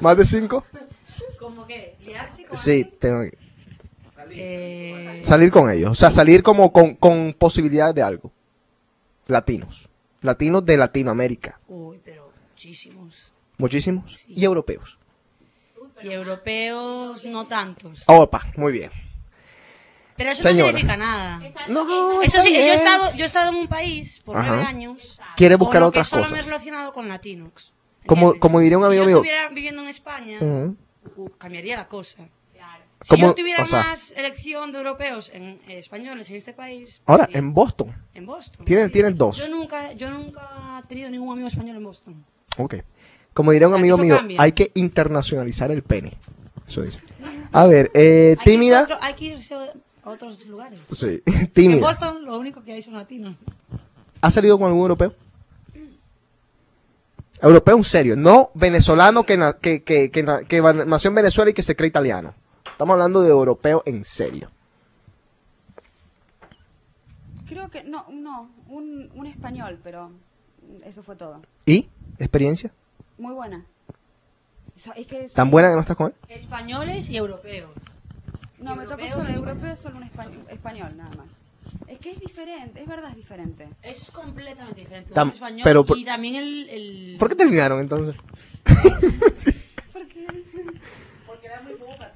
¿Más de cinco?
como que liarse con
Sí, tengo que-
eh,
Salir con ellos, o sea, salir como con, con posibilidades de algo. Latinos. Latinos de Latinoamérica.
uy, pero muchísimos.
Muchísimos. Y europeos.
Y europeos no tantos.
Opa, muy bien.
Pero eso
Señora.
no significa nada.
No,
eso
está
sí, yo he
bien.
estado, yo he estado en un país por
Ajá.
nueve años.
Quiere
con
buscar
lo que
otras
solo me he
cosas.
relacionado con latinos.
Como, como diría un
Si yo
amigo mío.
estuviera viviendo en España,
Ujú.
uh, cambiaría la cosa. Si
Como-
yo tuviera
o sea-
más elección de europeos en eh, españoles en este país,
Ahora, en Boston.
en Boston.
Tienes, tienes
Yo
dos.
nunca, yo nunca he tenido ningún amigo español en Boston.
Ok. Como diría un amigo
eso
mío,
cambia.
hay que internacionalizar el pene. Eso dice. A ver,
Hay
eh,
que irse a
tímida.
otro- hay que irse a otros lugares.
Sí,
En
tímida.
Boston lo único que hay son latinos.
¿Has salido con algún europeo? Europeo en serio, no venezolano que, na- que, que, que, na- que va- nació en Venezuela y que se cree italiano. Estamos hablando de europeo en serio.
Creo que, no, no, un, un español, pero eso fue todo.
¿Y? ¿Experiencia?
Muy buena. So- es que-
¿Tan buena que no estás con él?
Españoles y europeos.
No, me tocó solo europeo, solo un español, español, nada más. Es que es diferente, es verdad, es diferente.
Es completamente diferente.
Tam-
un español
pero por-
y también el, el-
¿Por qué terminaron entonces?
Porque era muy boba,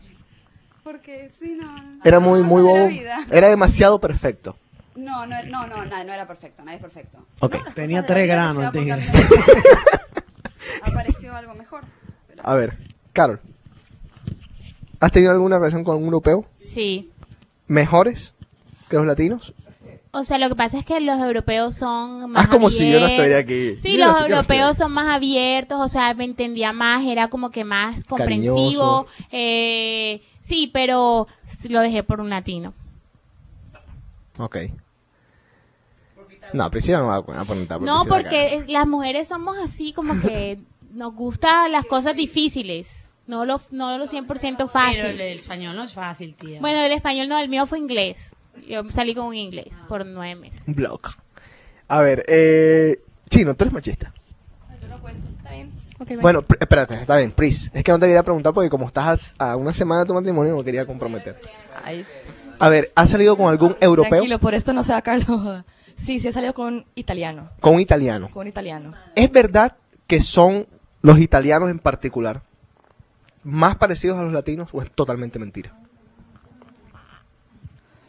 Porque, sí, no. no.
Era muy, muy
Cosas de la
bobo.
vida.
Era demasiado perfecto.
No, no, no, no, nada, no era perfecto, nadie es perfecto.
Ok.
Tenía tres granos el tigre.
Apareció algo mejor.
A ver, Carol. ¿Has tenido alguna relación con algún europeo?
Sí.
¿Mejores que los latinos?
O sea, lo que pasa es que los europeos son más
Ah, como si yo no estuviera
abiertos.
aquí.
Sí,
Mira,
los
tú que no
europeos son más abiertos, o sea, me entendía más, era como que más comprensivo.
Cariñoso.
eh, sí, pero lo dejé por un latino.
Ok. No, Priscila no va a poner a poner tabla,
No,
Priscila gana.
porque es- las mujeres somos así como que nos gustan las cosas difíciles, no lo, no lo 100%
Pero el,
fácil.
el español no es fácil, tía.
Bueno, el español no, el mío fue inglés. Yo salí con un inglés por nueve meses.
Un blog. A ver, eh. Chino, tú eres machista. Bueno, pr- espérate, está bien, Pris. Es que no te quería preguntar porque como estás a, a una semana de tu matrimonio no quería comprometerte.
Ay,
A ver, ¿has salido con algún europeo?
tranquilo, por esto no se va a acabar la boda. Sí, sí he salido con italiano.
Con un italiano.
Con italiano.
¿Es verdad que son los italianos en particular más parecidos a los latinos o es totalmente mentira?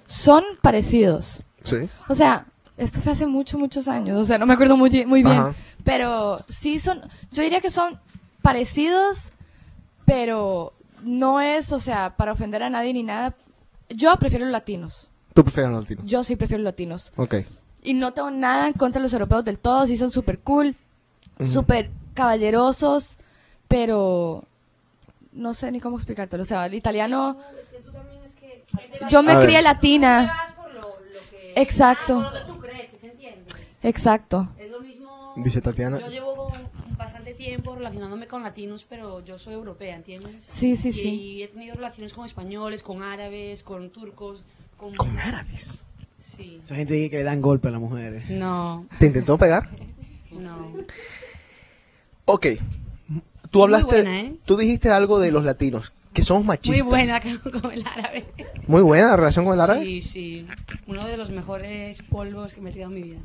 Son parecidos.
Sí.
O sea, esto fue hace muchos, muchos años. O sea, no me acuerdo muy, muy bien.
Ajá.
Pero sí son, yo diría que son parecidos, pero no es, o sea, para ofender a nadie ni nada. Yo prefiero los latinos.
Tú prefieres a los latinos.
Yo sí prefiero los latinos.
Ok.
Y no tengo nada en contra de los europeos del todo. Sí son súper cool,
Ujú.
súper caballerosos, pero no sé ni cómo explicártelo. O sea, el italiano... Yo me
A ver.
crié latina. Exacto. Exacto.
Dice Tatiana.
Yo llevo bastante tiempo relacionándome con latinos, pero yo soy europea, ¿entiendes?
Sí, sí,
y,
sí.
he tenido relaciones con españoles, con árabes, con turcos, con...
¿Con árabes?
Sí.
Esa gente dice que le dan golpe a las mujeres.
No.
¿Te intentó pegar?
No.
Ok. Tú
Muy
hablaste,
buena, ¿eh?
tú dijiste algo de los latinos, que somos machistas.
Muy buena con, con el árabe.
Muy buena la relación con el árabe.
Sí, sí. Uno de los mejores polvos que me he tirado en mi vida.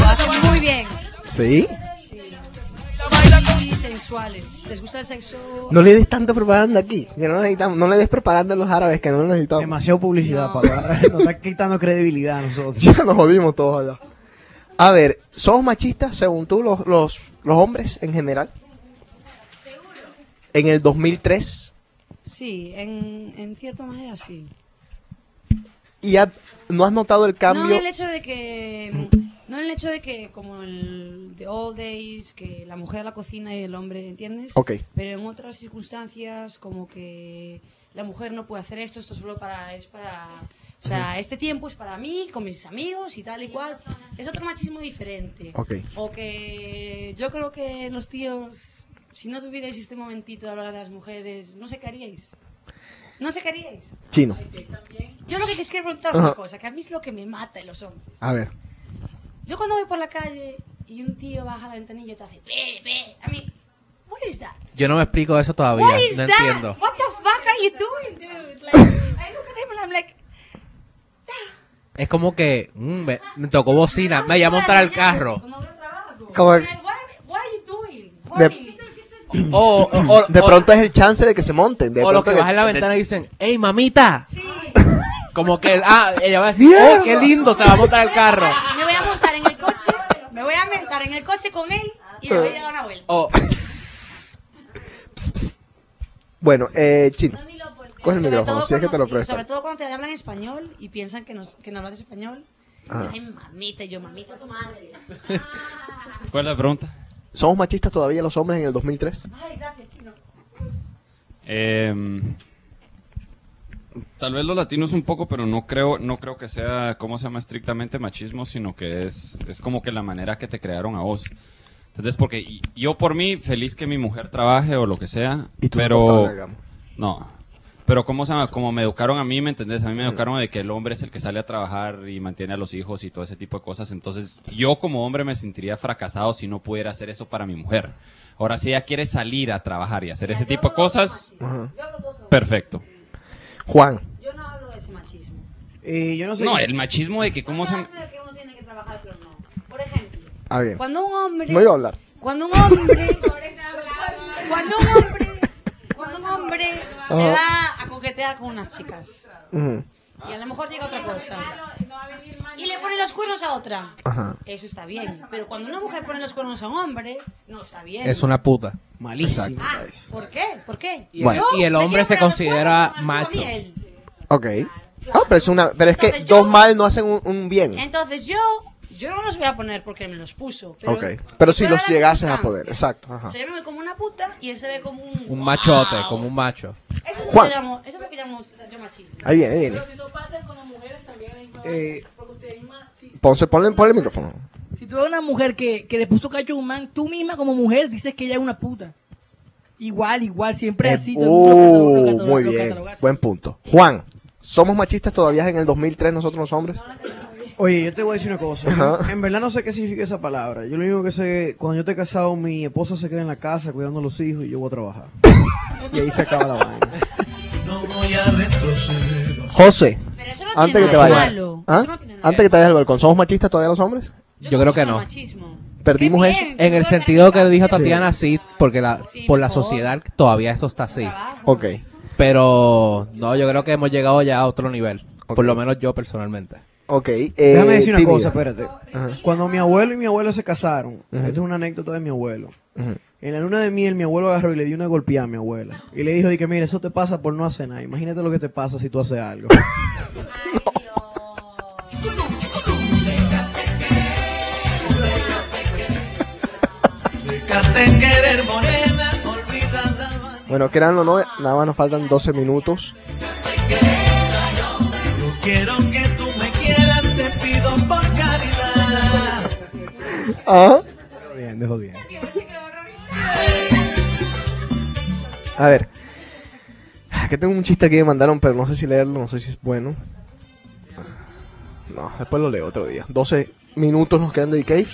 Lo hacen muy bien.
¿Sí?
Y sensuales. ¿Les gusta el sexo?
No le des tanta propaganda aquí, que no necesitamos, no le des propaganda a los árabes que no lo necesitamos.
Demasiado publicidad, para Nos está quitando credibilidad a nosotros.
Ya nos jodimos todos allá. A ver, ¿somos machistas según tú los, los, los hombres en general? En el 2003
Sí, en, en cierta manera sí.
y ha- no has notado el cambio.
No en el hecho de que mm, no en el hecho de que como el the old days que la mujer la cocina y el hombre, ¿entiendes?
Ok.
Pero en otras circunstancias como que la mujer no puede hacer esto, esto solo para es para o sea,
Ujú.
este tiempo es para mí, con mis amigos y tal y cual. Es otro machismo diferente.
Ok.
O que yo creo que los tíos, si no tuvierais este momentito de hablar de las mujeres, no sé qué haríais. No sé qué haríais.
Chino.
Yo lo que les quiero preguntar es una
Ajá.
cosa, que a mí es lo que me mata en los hombres.
A ver,
Yo cuando voy por la calle y un tío baja la ventanilla y te hace, ve, ve, a mí, what is that?
Yo no me explico eso todavía.
What is
No
that?
entiendo.
What the fuck are you doing, dude? Like, I look at him and I'm like,
Es como que mm, me, me tocó bocina, me llamó a montar al carro.
Como-
what are you doing?
de,
O, o- o-
de
o-
pronto es el chance de que se monten. De
o los
pronto
que bajan la ventana y dicen, ¡Ey, mamita! Como que, ah, ella va a decir,
Yes.
"Oh, qué lindo! Se va a montar al carro.
Me voy a montar en el coche, me voy a montar en el coche con él y me voy a dar una vuelta.
O,
Bueno, eh, Chino. Coge el
Sobre
micrófono,
todo
si es que
con
te lo
los- y Sobre
prestan.
todo cuando te hablan español y piensan que, nos, que no hablas español.
Ajá.
Ay, mamita, y yo, mamita, tu madre. Ah.
¿Cuál es la pregunta?
¿Somos machistas todavía los hombres en el 2003?
Ay, gracias, chino.
Em, tal vez los latinos un poco, pero no creo, no creo que sea, ¿cómo se llama? Estrictamente machismo, sino que es, es como que la manera que te crearon a vos. Entonces, porque y- yo por mí, feliz que mi mujer trabaje o lo que sea,
cortado
pero...
la gama.
No. Pero ¿cómo se llama? Como me educaron a mí, ¿me entendés? A mí me educaron de que el hombre es el que sale a trabajar y mantiene a los hijos y todo ese tipo de cosas. Entonces, yo como hombre me sentiría fracasado si no pudiera hacer eso para mi mujer. Ahora, si ella quiere salir a trabajar y hacer ese tipo de cosas,
Ajá.
perfecto.
Juan.
Yo no hablo de ese machismo.
Eh, yo no sé.
No,
si-
el machismo de que cómo se...
De que uno tiene que trabajar, pero no. Por ejemplo,
Ah, bien.
cuando un hombre...
No iba a hablar.
Cuando un hombre... cuando un hombre... Cuando un hombre se
Ajá.
va a coquetear con unas chicas.
Ujú.
Y a lo mejor llega otra cosa. Y le pone los cuernos a otra.
Ajá.
Eso está bien. Pero cuando una mujer pone los cuernos a un hombre, no está bien.
Es una puta.
Malísimo.
Ah, ¿por qué? ¿Por qué?
Y, el-
Yo
y el
me quiero
hombre se
pegar los
considera
cuernos
macho.
a él.
Ok. Ah, pero es, una, pero es que
Entonces yo-
dos mal no hacen un, un bien.
Entonces yo, yo no los voy a poner porque me los puso. Pero,
Ok. Pero si
pero
los
ahora
llegases a
están.
poder, exacto. ajá.
O sea, yo me veo como una puta y él se ve como un...
Un machote, como un macho.
Eso es,
Juan.
Lo, que llamo, eso es lo que llamo yo machismo.
Ahí viene, ahí viene. Ponce, ponle, ponle el micrófono.
Si tú ves una mujer que, que le puso cacho a un man, tú misma como mujer dices que ella es una puta. Igual, igual, siempre así. todo el mundo lo cataloga, lo
Eh,
cataloga,
Uh, muy
lo
bien.
cataloga.
Buen punto. Juan, ¿somos machistas todavía en el 2003 nosotros los hombres?
Oye, yo te voy a decir una cosa.
Ajá.
En verdad no sé qué significa esa palabra. Yo lo único que sé, cuando yo te he casado, mi esposa se queda en la casa cuidando a los hijos y yo voy a trabajar. y ahí se acaba la vaina.
José, antes
tiene
que te
nada de
vayas.
malo.
¿Ah? Antes que te vayas al balcón, ¿somos machistas todavía los hombres?
Yo creo que no.
Perdimos eso.
En el sentido que dijo Tatiana, sí, porque la, por la sociedad todavía eso está así.
Ok.
Pero no, yo creo que hemos llegado ya a otro nivel. Por lo menos yo personalmente.
Ok. eh,
Déjame decir una
tímida.
cosa, espérate. Cuando mi abuelo y mi abuela se casaron,
Ujú.
esto es una anécdota de mi abuelo. En la luna de miel, mi abuelo agarró y le dio una golpeada a mi abuela. Y le dijo, de que mira, eso te pasa por no hacer nada. Imagínate lo que te pasa si tú haces algo.
Déjate querer morena, olvida la
Bueno, créanlo, no, nada más nos faltan 12 minutos.
Quiero que tú me quieras, te pido por caridad.
Ajá.
Bien, dejo bien.
A ver. Que tengo un chiste aquí que me mandaron, pero no sé si leerlo, no sé si es bueno. No, después lo leo otro día. 12 minutos nos quedan de DK.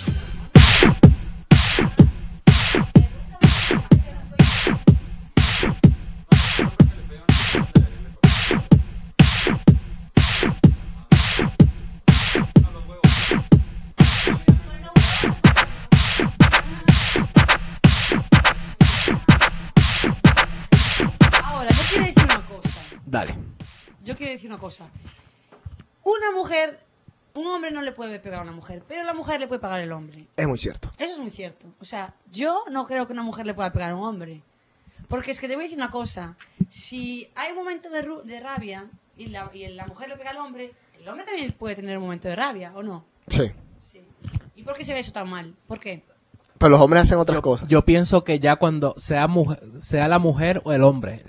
Ahora, yo quiero decir una cosa.
Dale.
Yo quiero decir una cosa. Una mujer, un hombre no le puede pegar a una mujer, pero la mujer le puede pagar al hombre.
Es muy cierto.
Eso es muy cierto. O sea, yo no creo que una mujer le pueda pegar a un hombre. Porque es que te voy a decir una cosa. Si hay un momento de, ru- de rabia y la, y la mujer le pega al hombre, el hombre también puede tener un momento de rabia, ¿o no?
Sí.
¿Y por qué se ve eso tan mal? ¿Por qué?
Pero los hombres hacen otras cosas.
Yo pienso que ya cuando sea, mujer, sea la mujer o el hombre,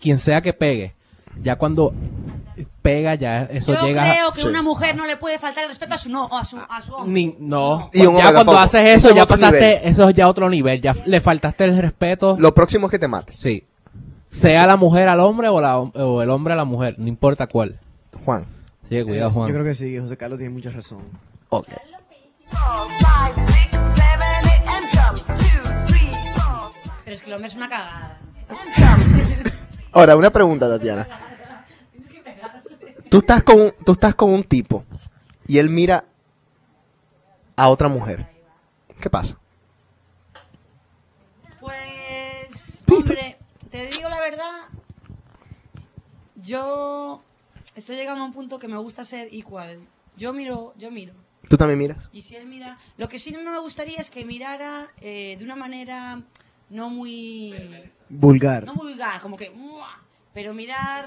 quien sea que pegue, ya cuando pega, ya eso
Yo
llega.
creo que una mujer no le puede faltar el respeto a su, no, a su, a su hombre.
Ni- no.
Y un hombre
ya cuando
tampoco.
haces
Eso
eso,
es
ya
otro
pasaste,
nivel.
eso es ya otro nivel, ya le faltaste el respeto.
Lo próximo es que te mate.
Sí. Sea la mujer al hombre o, la, o el hombre a la mujer, no importa cuál.
Juan.
Sí, cuidado,
Eh, Yo creo
Juan.
que sí, José Carlos tiene mucha razón.
Ok.
Pero es que el hombre es una cagada.
Ahora, una pregunta, Tatiana. Tú estás con, tú estás con un tipo y él mira a otra mujer. ¿Qué pasa?
Pues, hombre, te digo la verdad, yo estoy llegando a un punto que me gusta ser igual. Yo miro, yo miro.
¿Tú también miras?
Y si él mira, lo que sí no me gustaría es que mirara eh, de una manera no muy
Vulgar.
no muy vulgar, como que ¡mua! pero mirar,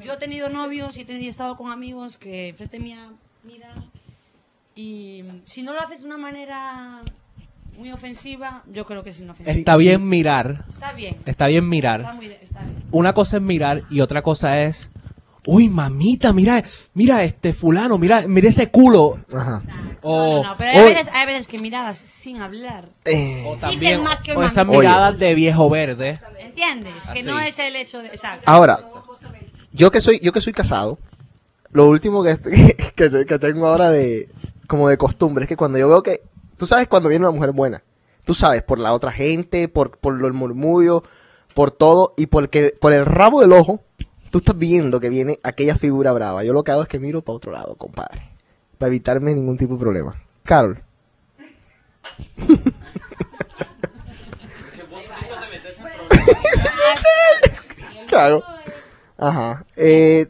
yo he tenido novios y he tenido- he estado con amigos que frente mía mira y si no lo haces de una manera muy ofensiva, yo creo que es inofensiva.
Está bien mirar.
Está bien.
Está bien mirar.
Está muy bien, está bien.
Una cosa es mirar y otra cosa es. Uy, mamita, mira, mira este fulano, mira, mira ese culo.
Ajá.
O,
No, pero hay
o-
veces, hay veces que miradas sin hablar.
o
dicen
también
más que
o Ah,
un
esas
mamita.
miradas de viejo verde.
¿Entiendes? Que
Así.
no es el hecho de... Exacto.
Ahora, yo que soy, yo que soy casado, lo último que, que, que tengo ahora de como de costumbre es que cuando yo veo que, tú sabes cuando viene una mujer buena, tú sabes por la otra gente, por, por lo- el murmullo, por todo y porque por el rabo del ojo, tú estás viendo que viene aquella figura brava. Yo lo que hago es que miro para otro lado, compadre, para evitarme ningún tipo de problema. Carol, ¿qué hago? Ajá. Eh,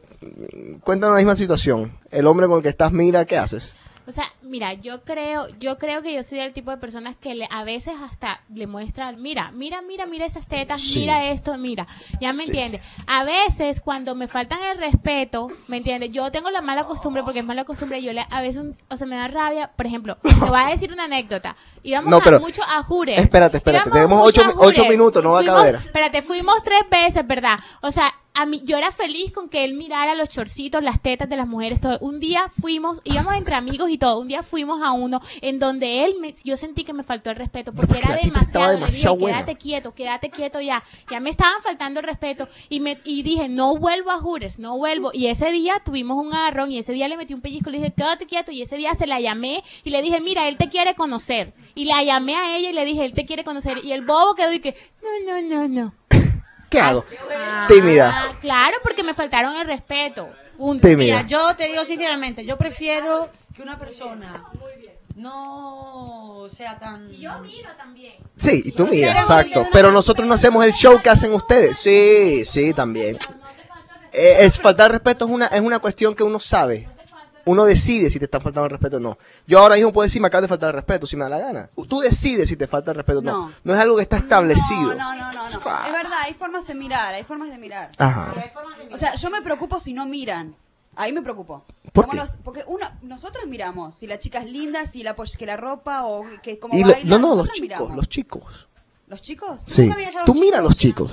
cuéntanos la misma situación. El hombre con el que estás mira, ¿qué haces?
O sea, mira, yo creo, yo creo que yo soy del tipo de personas que le- a veces hasta le muestran, mira, mira, mira, mira esas tetas,
Sí.
mira esto, mira. Ya me
Sí.
entiendes. A veces cuando me faltan el respeto, ¿me entiendes? Yo tengo la mala costumbre, porque es mala costumbre, yo le, a veces, un- o sea, me da rabia. Por ejemplo, te voy a decir una anécdota. Íbamos
No,
a
pero-
mucho a Jure.
Espérate, espérate.
Íbamos
Tenemos
mucho
ocho,
a
mi- ocho
Jure.
minutos, no va a
Fuimos-
caber.
Espérate, fuimos tres veces, ¿verdad? O sea, a mí, yo era feliz con que él mirara los chorcitos, las tetas de las mujeres, todo. Un día fuimos, íbamos entre amigos y todo. Un día fuimos a uno en donde él, me- yo sentí que me faltó el respeto porque era
la tipa
demasiado.
estaba
le dije,
demasiado buena.
quédate quieto, quédate quieto ya. Ya me estaban faltando el respeto y me y dije, no vuelvo a Jures, no vuelvo. Y ese día tuvimos un agarrón y ese día le metí un pellizco, le dije, quédate quieto. Y ese día se la llamé y le dije, mira, él te quiere conocer. Y la llamé a ella y le dije, él te quiere conocer. Y el bobo quedó y que, no, no, no, no.
¿Qué hago?
Ah,
Tímida.
Claro, porque me faltaron el respeto. Punto.
Tímida.
Mira, yo te digo sinceramente, yo prefiero que una persona no sea tan. yo miro también.
Sí, y tú
Yo
mira,
quiero
exacto.
volver a
Pero nosotros no hacemos el show que hacen ustedes. Sí, sí, también. Eh, es faltar respeto es una, es una cuestión que uno sabe. Uno decide si te está faltando el respeto o no. Yo ahora mismo puedo decir, me acabas de faltar el respeto, si me da la gana. Tú decides si te falta el respeto o no.
No.
No, es algo que está
No,
establecido.
no, no, no, no. Es verdad, hay formas de mirar, hay formas de mirar.
Ajá.
O sea, yo me preocupo si no miran. Ahí me preocupo.
¿Por
Como
qué?
los- porque uno, nosotros miramos si la chica es linda, si la po- que la ropa o que como
Y lo-
baila.
no, no, los
nosotros
chicos,
miramos.
los chicos.
¿Los chicos?
Sí.
¿Nunca miras a los
Tú mira a los chicos.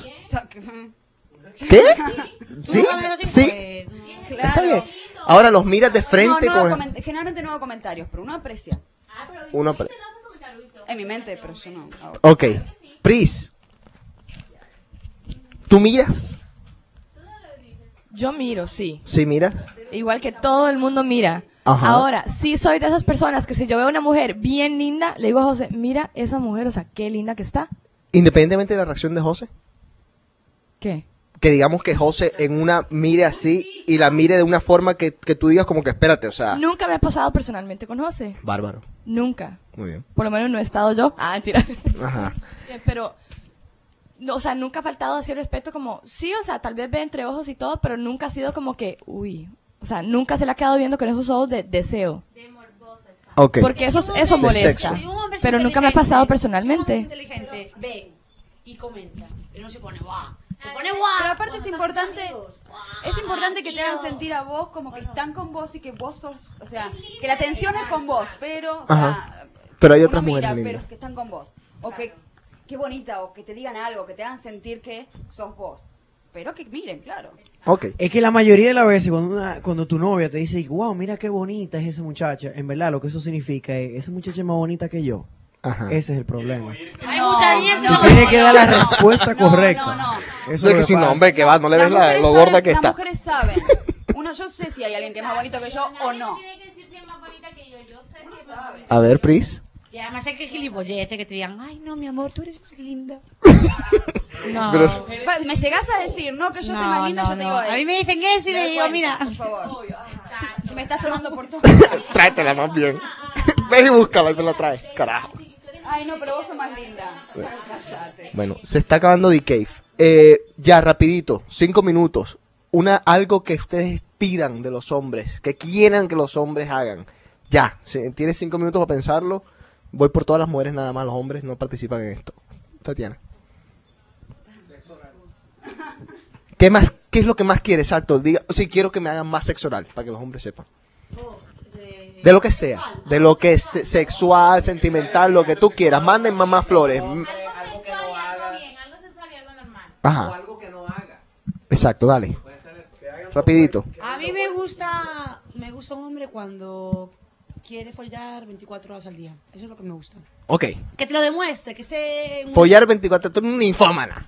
¿Qué? ¿Sí? Sí.
pues, Claro.
Está bien. Ahora los miras de frente
No, no hago
con
coment- generalmente no hago comentarios, pero uno aprecia.
uno pre-
En mi mente, pero Ah, yo no. hago.
Ok. Pris. ¿Tú miras?
Yo miro, sí.
Sí, miras.
Igual que todo el mundo mira.
Ajá.
Ahora, sí soy de esas personas que si yo veo una mujer bien linda, le digo a José, mira esa mujer, o sea, qué linda que está.
Independientemente de la reacción de José.
¿Qué?
Que digamos que José en una mire así y la mire de una forma que, que tú digas como que espérate, o sea,
Nunca me ha pasado personalmente con José.
bárbaro.
Nunca.
Muy bien.
Por lo menos no he estado yo. Ah, mentira.
Ajá.
Eh, Pero, no, o sea, nunca ha faltado así el respeto como, sí, o sea, tal vez ve entre ojos y todo, pero nunca ha sido como que, uy, o sea, nunca se le ha quedado viendo con esos ojos de deseo.
Ok.
Porque eso,
Si un
eso
hombre-
molesta.
si un hombre es
Pero nunca me ha
inteligente,
pasado
Es
personalmente.
inteligente, ve y comenta. Y no se pone guau. Se pone
Pero
guau.
aparte es importante, es importante que te hagan sentir a vos como que están con vos y que vos sos, o sea, que la atención es con vos, pero, o sea,
Ajá. Pero hay
uno
otras mujeres
mira,
lindas.
pero que están con vos. O que, qué bonita, o que te digan algo, que te hagan sentir que sos vos. Pero que miren, claro.
Es que la mayoría de las veces cuando, una- cuando tu novia te dice, wow, mira qué bonita es esa muchacha, en verdad lo que eso significa es, esa muchacha es más bonita que yo. Ese es el problema.
Hay muchas niñas que
Tú
no-
tienes que dar la respuesta correcta.
Yo que si no, hombre, que va, no le ves la- lo gorda que
Las
está.
mujeres saben. Uno, yo sé si hay alguien que es más bonito que yo o no.
A ver, Pris.
Y además hay que gilipollece que te digan, ay, no, mi amor, tú eres más linda.
No.
Pero-
Pa- Me llegás a decir, no, que yo soy
No,
más linda,
no,
yo te
no.
digo.
A mí me dicen eso y le
me doy
digo, mira.
Por favor. Me estás tomando por todo.
Trátela más bien. Ves y búscala y me la traes. Carajo.
Ay, no, pero vos sos más linda. Cállate.
Bueno, se está acabando The Cave. Eh, ya, rapidito, cinco minutos. Una, algo que ustedes pidan de los hombres, que quieran que los hombres hagan. Ya, si tienes cinco minutos para pensarlo. Voy por todas las mujeres nada más, los hombres no participan en esto. Tatiana. ¿Qué más, qué es lo que más quieres? Exacto, diga, sí, quiero que me hagan más sexo oral, para que los hombres sepan. De lo que sea, de lo que es se- sexual, sentimental, lo que tú quieras. Manden mamá flores. Mm, Ajá.
algo que no haga.
Exacto, dale. Rapidito.
A mí me gusta, me gusta un hombre cuando quiere follar 24 horas al día. Eso es lo que me gusta.
Ok.
Que te lo demuestre, que esté... en un-
Follar 24, tú eres un ninfómana.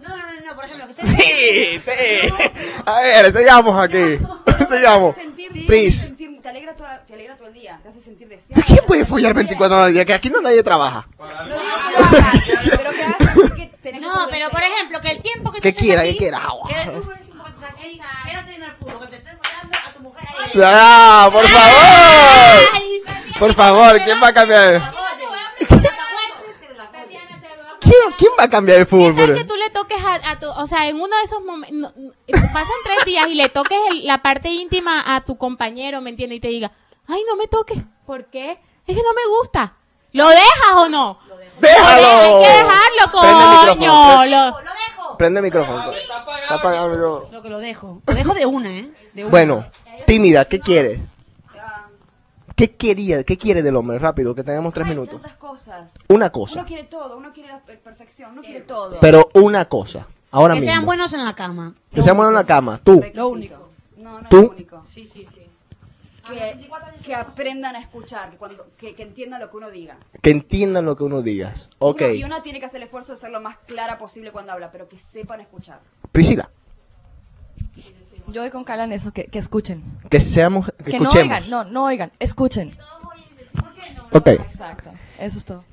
No, no, no, no, por ejemplo, que esté...
Sí, sí. A ver, sellamos aquí. Sellamos.
Sentir,
Pris,
sentir- te, alegra toda la- te alegra todo el día. Te hace sentir deseada.
¿quién puede follar 24 horas al día? Que aquí no nadie trabaja.
No, pero por ejemplo, que el tiempo que
Que
tú estés
quiera,
aquí-
que quiera.
Que el tiempo que tú estés aquí, que no estés viendo el fútbol, que te estés hablando a tu mujer ahí.
¡Ah, por favor! Por favor, ¿quién va a cambiar?
Oye, que te la acuestes, que te la acuestes.
¿Quién, quién va a cambiar el fútbol por
que tú le toques a, a tu, o sea, en uno de esos momentos, pasan tres días y le toques el- la parte íntima a tu compañero, ¿me entiendes? Y te diga, ay, no me toques. ¿Por qué? Es que no me gusta. ¿Lo dejas o no?
¡Déjalo!
Hay que dejarlo,
Prende el micrófono,
coño. Lo-
Prende el micrófono. Está apagado el micrófono.
Lo que lo dejo. Lo dejo de una, ¿eh? De una.
Bueno, tímida, ¿qué quiere? ¿Qué quería? ¿Qué quiere del hombre? Rápido, que tenemos tres minutos.
Tantas cosas.
Una cosa.
Uno quiere todo, uno quiere la per- perfección, uno quiere todo.
Pero una cosa. Ahora
que sean
mismo.
buenos en la cama.
Que seamos en la cama. Tú.
Lo único. No, no
Tú.
es lo único. Sí, sí, sí. Que, que aprendan a escuchar, que, cuando, que, que entiendan lo que uno diga.
Que entiendan lo que uno digas. Ok.
Uno- y una tiene que hacer el esfuerzo de ser lo más clara posible cuando habla, pero que sepan escuchar.
Priscila,
Yo voy con Carla en eso, que, que escuchen.
que seamos. Que,
Que, no
escuchemos.
oigan, no, no oigan, escuchen.
Ok.
Exacto, eso es todo.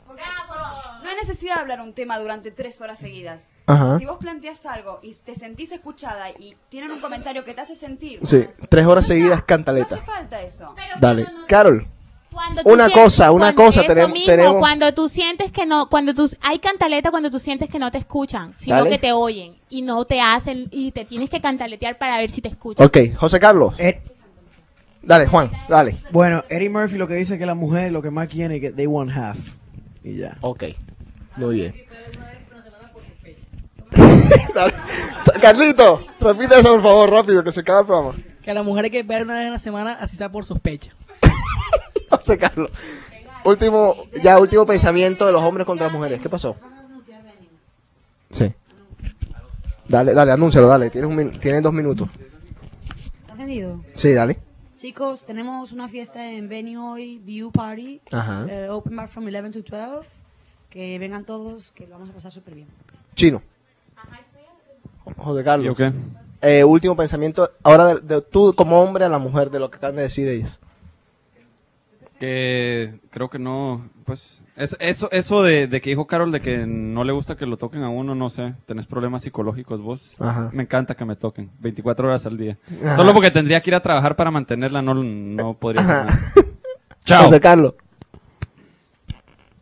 No hay necesidad de hablar un tema durante tres horas seguidas.
Ajá.
Si vos planteas algo y te sentís escuchada y tienen un comentario que te hace sentir,
Sí. Tres horas
Ya está.
seguidas,
No
cantaleta.
hace falta eso.
Dale. Carol.
Cuando tú
Una
sientes-
cosa, una
cuando-
cosa.
eso
Tenemos.
mismo,
tenemos
cuando tú sientes que no, cuando tú hay cantaleta cuando tú sientes que no te escuchan, sino
Dale.
que te oyen y no te hacen y te tienes que cantaletear para ver si te escuchan.
Ok, José Carlos. Dale, Juan, dale.
Eh, Bueno, Eddie Murphy lo que dice es que la mujer lo que más quiere es que they want half. Y ya.
Ok. Muy bien. Carlito, repite eso por favor, rápido, que se acaba el programa.
Que a la mujer hay que ver una vez a la semana, así sea por sospecha.
José Carlos. Último, ya último pensamiento de los hombres contra las mujeres. ¿Qué pasó? Sí. Dale, dale, anúncialo, dale. Tienes, un min- tienes dos minutos.
¿Está entendido?
Sí, dale.
Chicos, tenemos una fiesta en Venue hoy, View Party.
Ajá.
eh, open bar from 11 to 12. Que vengan todos, que lo vamos a pasar súper bien.
Chino. José Carlos. Eh, último pensamiento. Ahora, de, de- tú como hombre a la mujer, de lo que acaban de decir ellas.
Que creo que no, pues eso, eso, eso de, de que dijo Carol de que no le gusta que lo toquen a uno, no sé, tenés problemas psicológicos vos.
Ajá.
Me encanta que me toquen, 24 horas al día.
Ajá.
Solo porque tendría que ir a trabajar para mantenerla, no, no podría hacer
Ajá.
nada. Chao.
José Carlos.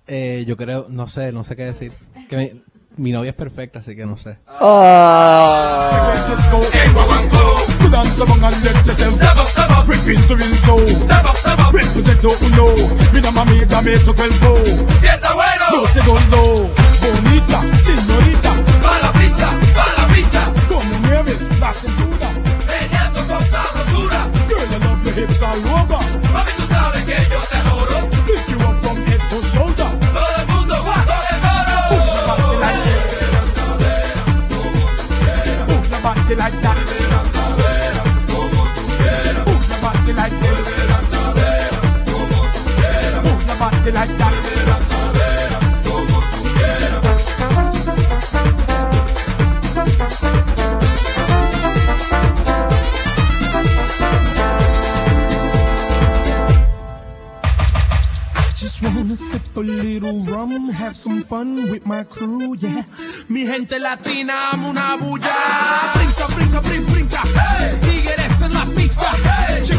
Eh, yo creo, no sé, no sé qué decir. Que mi, mi novia es perfecta, así que no sé.
Let's go in one go. To dance among and let yourself step up, step up. Rip into real soul. Step up, step up. Rip potato uno. Mira mami, dame tu cuerpo. Si está bueno. No se gordo. Bonita, señorita. Pa la pista, pa la pista. Como mueves la cintura. Peleando con sabrosura. Girl, I love your hips all over. Mami, tú sabes que yo te adoro. Pick you up from head to shoulder. Todo el mundo guapo de coro. Move your body like this. Move your body like that. Move your body like this. Move your body like that. I Just wanna sip a little rum, have some fun with my crew, yeah. Mi gente latina, amo una bulla. Brinca, brinca, brinca, brinca. Tigres en la pista. Che